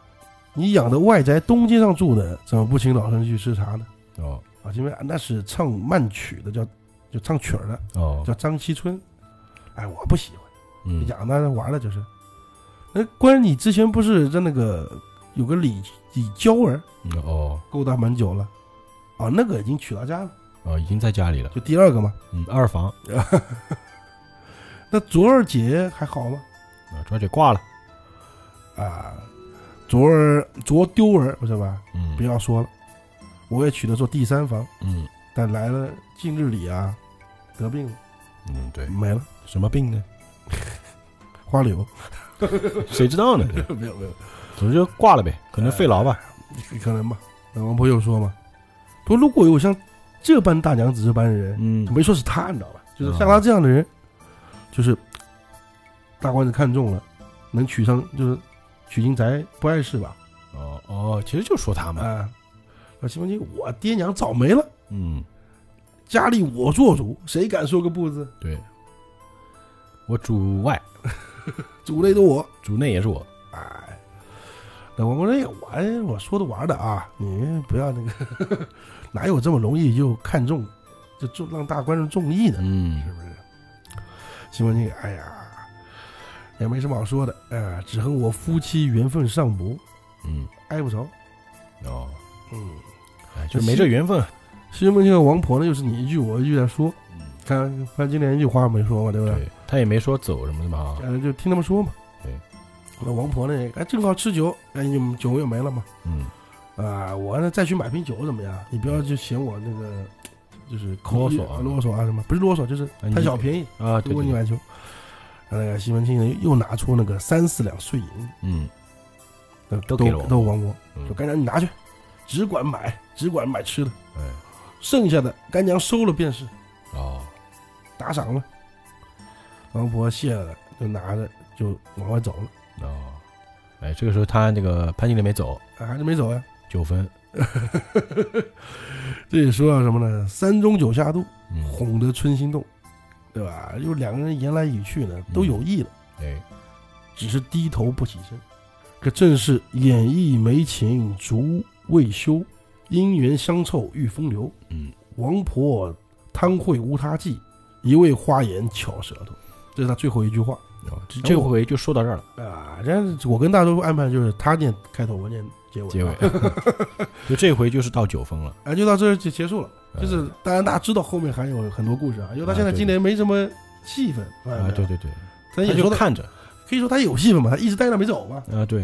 Speaker 2: 你养的外宅东街上住的，怎么不请老生去吃茶呢？
Speaker 1: 哦
Speaker 2: 啊，因为那是唱慢曲的，叫就唱曲儿的，
Speaker 1: 哦，
Speaker 2: 叫张七春。哎，我不喜欢，
Speaker 1: 嗯
Speaker 2: 养那玩了就是。那官人，你之前不是在那个有个李李娇儿
Speaker 1: 嗯哦
Speaker 2: 勾搭蛮久了，啊，那个已经娶到家了，
Speaker 1: 哦，已经在家里了。
Speaker 2: 就第二个嘛。
Speaker 1: 嗯，二房
Speaker 2: 那卓儿姐还好吗？
Speaker 1: 啊，抓姐挂了。
Speaker 2: 啊，卓儿卓丢儿不是吧？
Speaker 1: 嗯，
Speaker 2: 不要说了，我也娶了做第三房，
Speaker 1: 嗯
Speaker 2: 但来了近日里啊，得病了，
Speaker 1: 嗯，对，
Speaker 2: 没了，
Speaker 1: 什么病呢？
Speaker 2: 花柳
Speaker 1: 谁知道呢？对
Speaker 2: 没有没有，
Speaker 1: 总之就挂了呗，可能肺痨吧。
Speaker 2: 可能吧。那王婆又说嘛，说如果有像这般大娘子这般人，
Speaker 1: 嗯
Speaker 2: 没说是她，你知道吧？就是
Speaker 1: 嗯
Speaker 2: 像她这样的人，就是大官子看中了，能娶上就是娶进宅不碍事吧？
Speaker 1: 哦哦，其实就说他嘛。
Speaker 2: 啊，那西门庆，我爹娘早没了，
Speaker 1: 嗯，
Speaker 2: 家里我做主，谁敢说个不字？
Speaker 1: 对，我主外
Speaker 2: 主内的我。
Speaker 1: 主内也是我。
Speaker 2: 哎，那王国人也玩，我说着玩的啊，你不要那个， 哪有这么容易就看中，就中让大观众中意的，是
Speaker 1: 嗯
Speaker 2: 不是？西门庆，哎呀，也没什么好说的，呃，只恨我夫妻缘分尚薄，
Speaker 1: 嗯
Speaker 2: 挨不着。
Speaker 1: 哦，
Speaker 2: 嗯，
Speaker 1: 哎，就没这缘分。
Speaker 2: 西门庆和王婆呢，又是你一句我一句在说，
Speaker 1: 嗯，
Speaker 2: 看看今天一句话没说嘛，对不对？
Speaker 1: 对他也没说走什么的嘛啊。
Speaker 2: 呃，就听他们说嘛。
Speaker 1: 对，
Speaker 2: 那王婆呢，哎，正好吃酒，哎，你们酒也没了嘛。
Speaker 1: 嗯，
Speaker 2: 啊、我呢再去买瓶酒怎么样？你不要就嫌我那个就是口
Speaker 1: 啰嗦啊
Speaker 2: 啰嗦啊什么，不是啰嗦，就是
Speaker 1: 啊你
Speaker 2: 贪小便宜，
Speaker 1: 啊，对
Speaker 2: 多
Speaker 1: 对
Speaker 2: 问你
Speaker 1: 对，
Speaker 2: 买酒。然后那个西门庆呢又拿出那个三四两碎银，
Speaker 1: 嗯
Speaker 2: 都
Speaker 1: 都
Speaker 2: 都
Speaker 1: 给了我
Speaker 2: 都王国，
Speaker 1: 嗯
Speaker 2: 说干娘你拿去，只管买，只管买吃的，
Speaker 1: 哎
Speaker 2: 剩下的干娘收了便是，
Speaker 1: 哦
Speaker 2: 打赏了。王婆谢了，就拿着就往外走了，
Speaker 1: 哦，哎，这个时候他那个潘金莲没走，
Speaker 2: 啊、还是没走呀、
Speaker 1: 九分。
Speaker 2: 这也说到啊什么呢？山中酒下肚，
Speaker 1: 嗯，
Speaker 2: 哄得春心动，对吧？就两个人言来语去呢，都有意的，
Speaker 1: 哎，
Speaker 2: 只是低头不起身。可正是演绎梅情逐未休，姻缘相凑遇风流。
Speaker 1: 嗯，
Speaker 2: 王婆贪会无他计，一味花言巧舌头。这是他最后一句话
Speaker 1: 哦，这这回就说到这儿了，
Speaker 2: 啊！人家我跟大周安排就是他念开头，我念结尾，
Speaker 1: 结尾 就这回就是到九分了。
Speaker 2: 哎，就到这儿就结束了。
Speaker 1: 哎
Speaker 2: 啊 就是当然大家知道后面还有很多故事啊，因为他
Speaker 1: 啊
Speaker 2: 现在
Speaker 1: 对
Speaker 2: 今年没什么戏份
Speaker 1: 啊，对，对对，他
Speaker 2: 咱也
Speaker 1: 就
Speaker 2: 说的
Speaker 1: 看着
Speaker 2: 可以说他有戏份嘛，他一直待着没走嘛，
Speaker 1: 啊，对，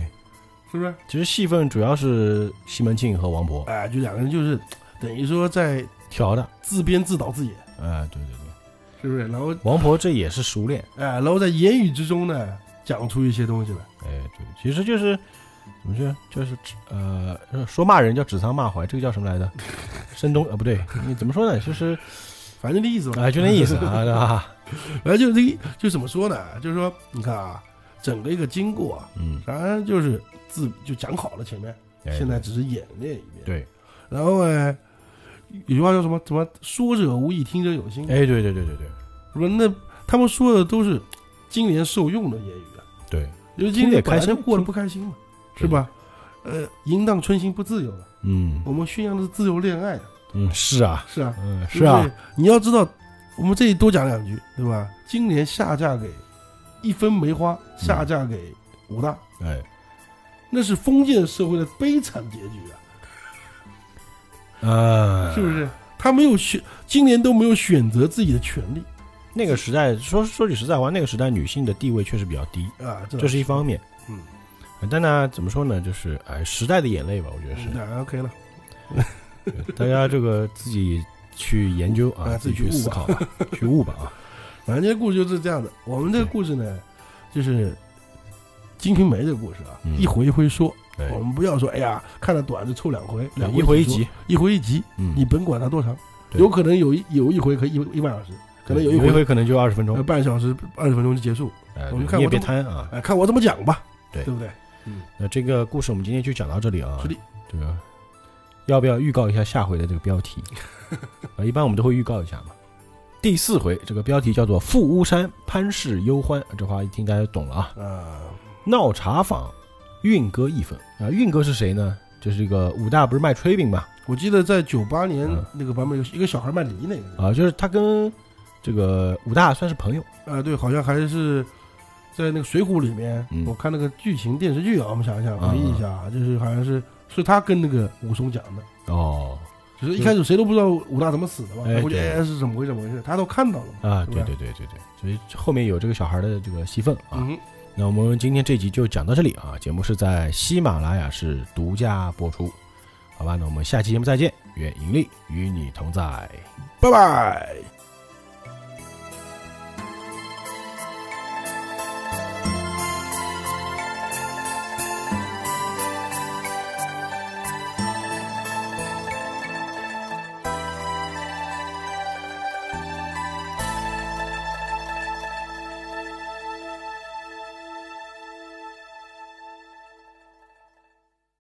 Speaker 2: 是不是？
Speaker 1: 其实戏份主要是西门庆和王勃
Speaker 2: 哎，就两个人就是等于说在
Speaker 1: 调的，
Speaker 2: 自编自导自演，
Speaker 1: 啊，对对对，
Speaker 2: 是不是？
Speaker 1: 嗯
Speaker 2: 然后
Speaker 1: 王勃这也是熟练，
Speaker 2: 哎，然后在言语之中呢讲出一些东西来，
Speaker 1: 哎，对，其实就是怎么说，就是呃，说骂人叫指桑骂槐，这个叫什么来着？声东啊，不对，你怎么说呢？就是
Speaker 2: 反正这意思吧。
Speaker 1: 啊，就那意思 啊，对吧？
Speaker 2: 反正哎就这个就怎么说呢？就是说你看啊，整个一个经过啊，
Speaker 1: 嗯，
Speaker 2: 反正就是自就讲好了前面，
Speaker 1: 哎
Speaker 2: 现在只是演练一遍。
Speaker 1: 对，
Speaker 2: 然后呢，有句话叫什么？什么说者无意，听者有心。
Speaker 1: 哎，对对对对对
Speaker 2: 是不是？那他们说的都是今年受用的言语啊，
Speaker 1: 对，
Speaker 2: 因
Speaker 1: 听
Speaker 2: 为今
Speaker 1: 得
Speaker 2: 年本来
Speaker 1: 开心
Speaker 2: 就过得不开心嘛。是吧？呃，淫荡春心不自由了，
Speaker 1: 嗯
Speaker 2: 我们宣扬的是自由恋爱的，
Speaker 1: 嗯，是啊，
Speaker 2: 是啊，
Speaker 1: 嗯
Speaker 2: 对
Speaker 1: 是
Speaker 2: 不
Speaker 1: 啊
Speaker 2: 对，，你要知道，我们这里多讲两句，对吧？今年下嫁给一分梅花，
Speaker 1: 嗯
Speaker 2: 下嫁给武大，
Speaker 1: 哎，
Speaker 2: 那是封建社会的悲惨结局啊，
Speaker 1: 呃，
Speaker 2: 是不是？他没有选，今年都没有选择自己的权利
Speaker 1: 那个时代，说说句实在话，那个时代女性的地位确实比较低，
Speaker 2: 啊，这
Speaker 1: 这是一方面。呃
Speaker 2: 嗯，
Speaker 1: 但呢，怎么说呢？就是哎，时代的眼泪吧，我觉得是。
Speaker 2: 嗯那 OK 了，
Speaker 1: 大家这个自己去研究啊，
Speaker 2: 啊
Speaker 1: 自己去
Speaker 2: 自己去悟
Speaker 1: 思
Speaker 2: 吧
Speaker 1: 考吧，去悟吧 啊。
Speaker 2: 反正这故事就是这样的。我们这个故事呢，就是《金瓶梅》这个故事啊，
Speaker 1: 嗯
Speaker 2: 一回一回说。
Speaker 1: 哎
Speaker 2: 我们不要说，哎呀，看了短就凑两回，两
Speaker 1: 一回一
Speaker 2: 说，
Speaker 1: 集，
Speaker 2: 一回一集，
Speaker 1: 嗯，
Speaker 2: 你甭管它多长，
Speaker 1: 对
Speaker 2: 有可能有一有一回可以一一半小时，可能有一
Speaker 1: 回
Speaker 2: 回
Speaker 1: 可能就二十分
Speaker 2: 呃
Speaker 1: 钟，
Speaker 2: 半小时二十分钟就结束。
Speaker 1: 哎
Speaker 2: 我们
Speaker 1: 对
Speaker 2: 看
Speaker 1: 你也
Speaker 2: 我
Speaker 1: 别
Speaker 2: 这
Speaker 1: 贪啊。
Speaker 2: 哎，看我怎么讲吧，
Speaker 1: 对
Speaker 2: 对不对？
Speaker 1: 那这个故事我们今天就讲到这里啊
Speaker 2: 是的。
Speaker 1: 这个要不要预告一下下回的这个标题？啊，一般我们都会预告一下嘛。第四回这个标题叫做《富巫山潘氏幽欢》，这话一听大家就懂了啊。
Speaker 2: 啊，
Speaker 1: 闹茶坊，运哥一分啊，运哥是谁呢？就是这个武大不是卖炊饼嘛
Speaker 2: 我记得在九八年
Speaker 1: 嗯
Speaker 2: 那个版本有一个小孩卖梨那个，
Speaker 1: 啊，就是他跟这个武大算是朋友，
Speaker 2: 啊，对，好像还是在那个《水浒》里面
Speaker 1: 嗯，
Speaker 2: 我看那个剧情电视剧啊，我们想一想，
Speaker 1: 啊
Speaker 2: 回忆一下啊，就是好像是是他跟那个武松讲的。
Speaker 1: 哦
Speaker 2: 就是一开始谁都不知道武大怎么死的嘛，
Speaker 1: 哎
Speaker 2: 我觉
Speaker 1: 对
Speaker 2: 得哎是怎么回事怎么回事，他都看到了嘛。
Speaker 1: 啊，
Speaker 2: 是
Speaker 1: 对
Speaker 2: 吧
Speaker 1: 对对对对，所以后面有这个小孩的这个戏份啊。
Speaker 2: 嗯哼，
Speaker 1: 那我们今天这集就讲到这里啊，节目是在喜马拉雅是独家播出，好吧？那我们下期节目再见，愿盈利与你同在。
Speaker 2: 拜拜。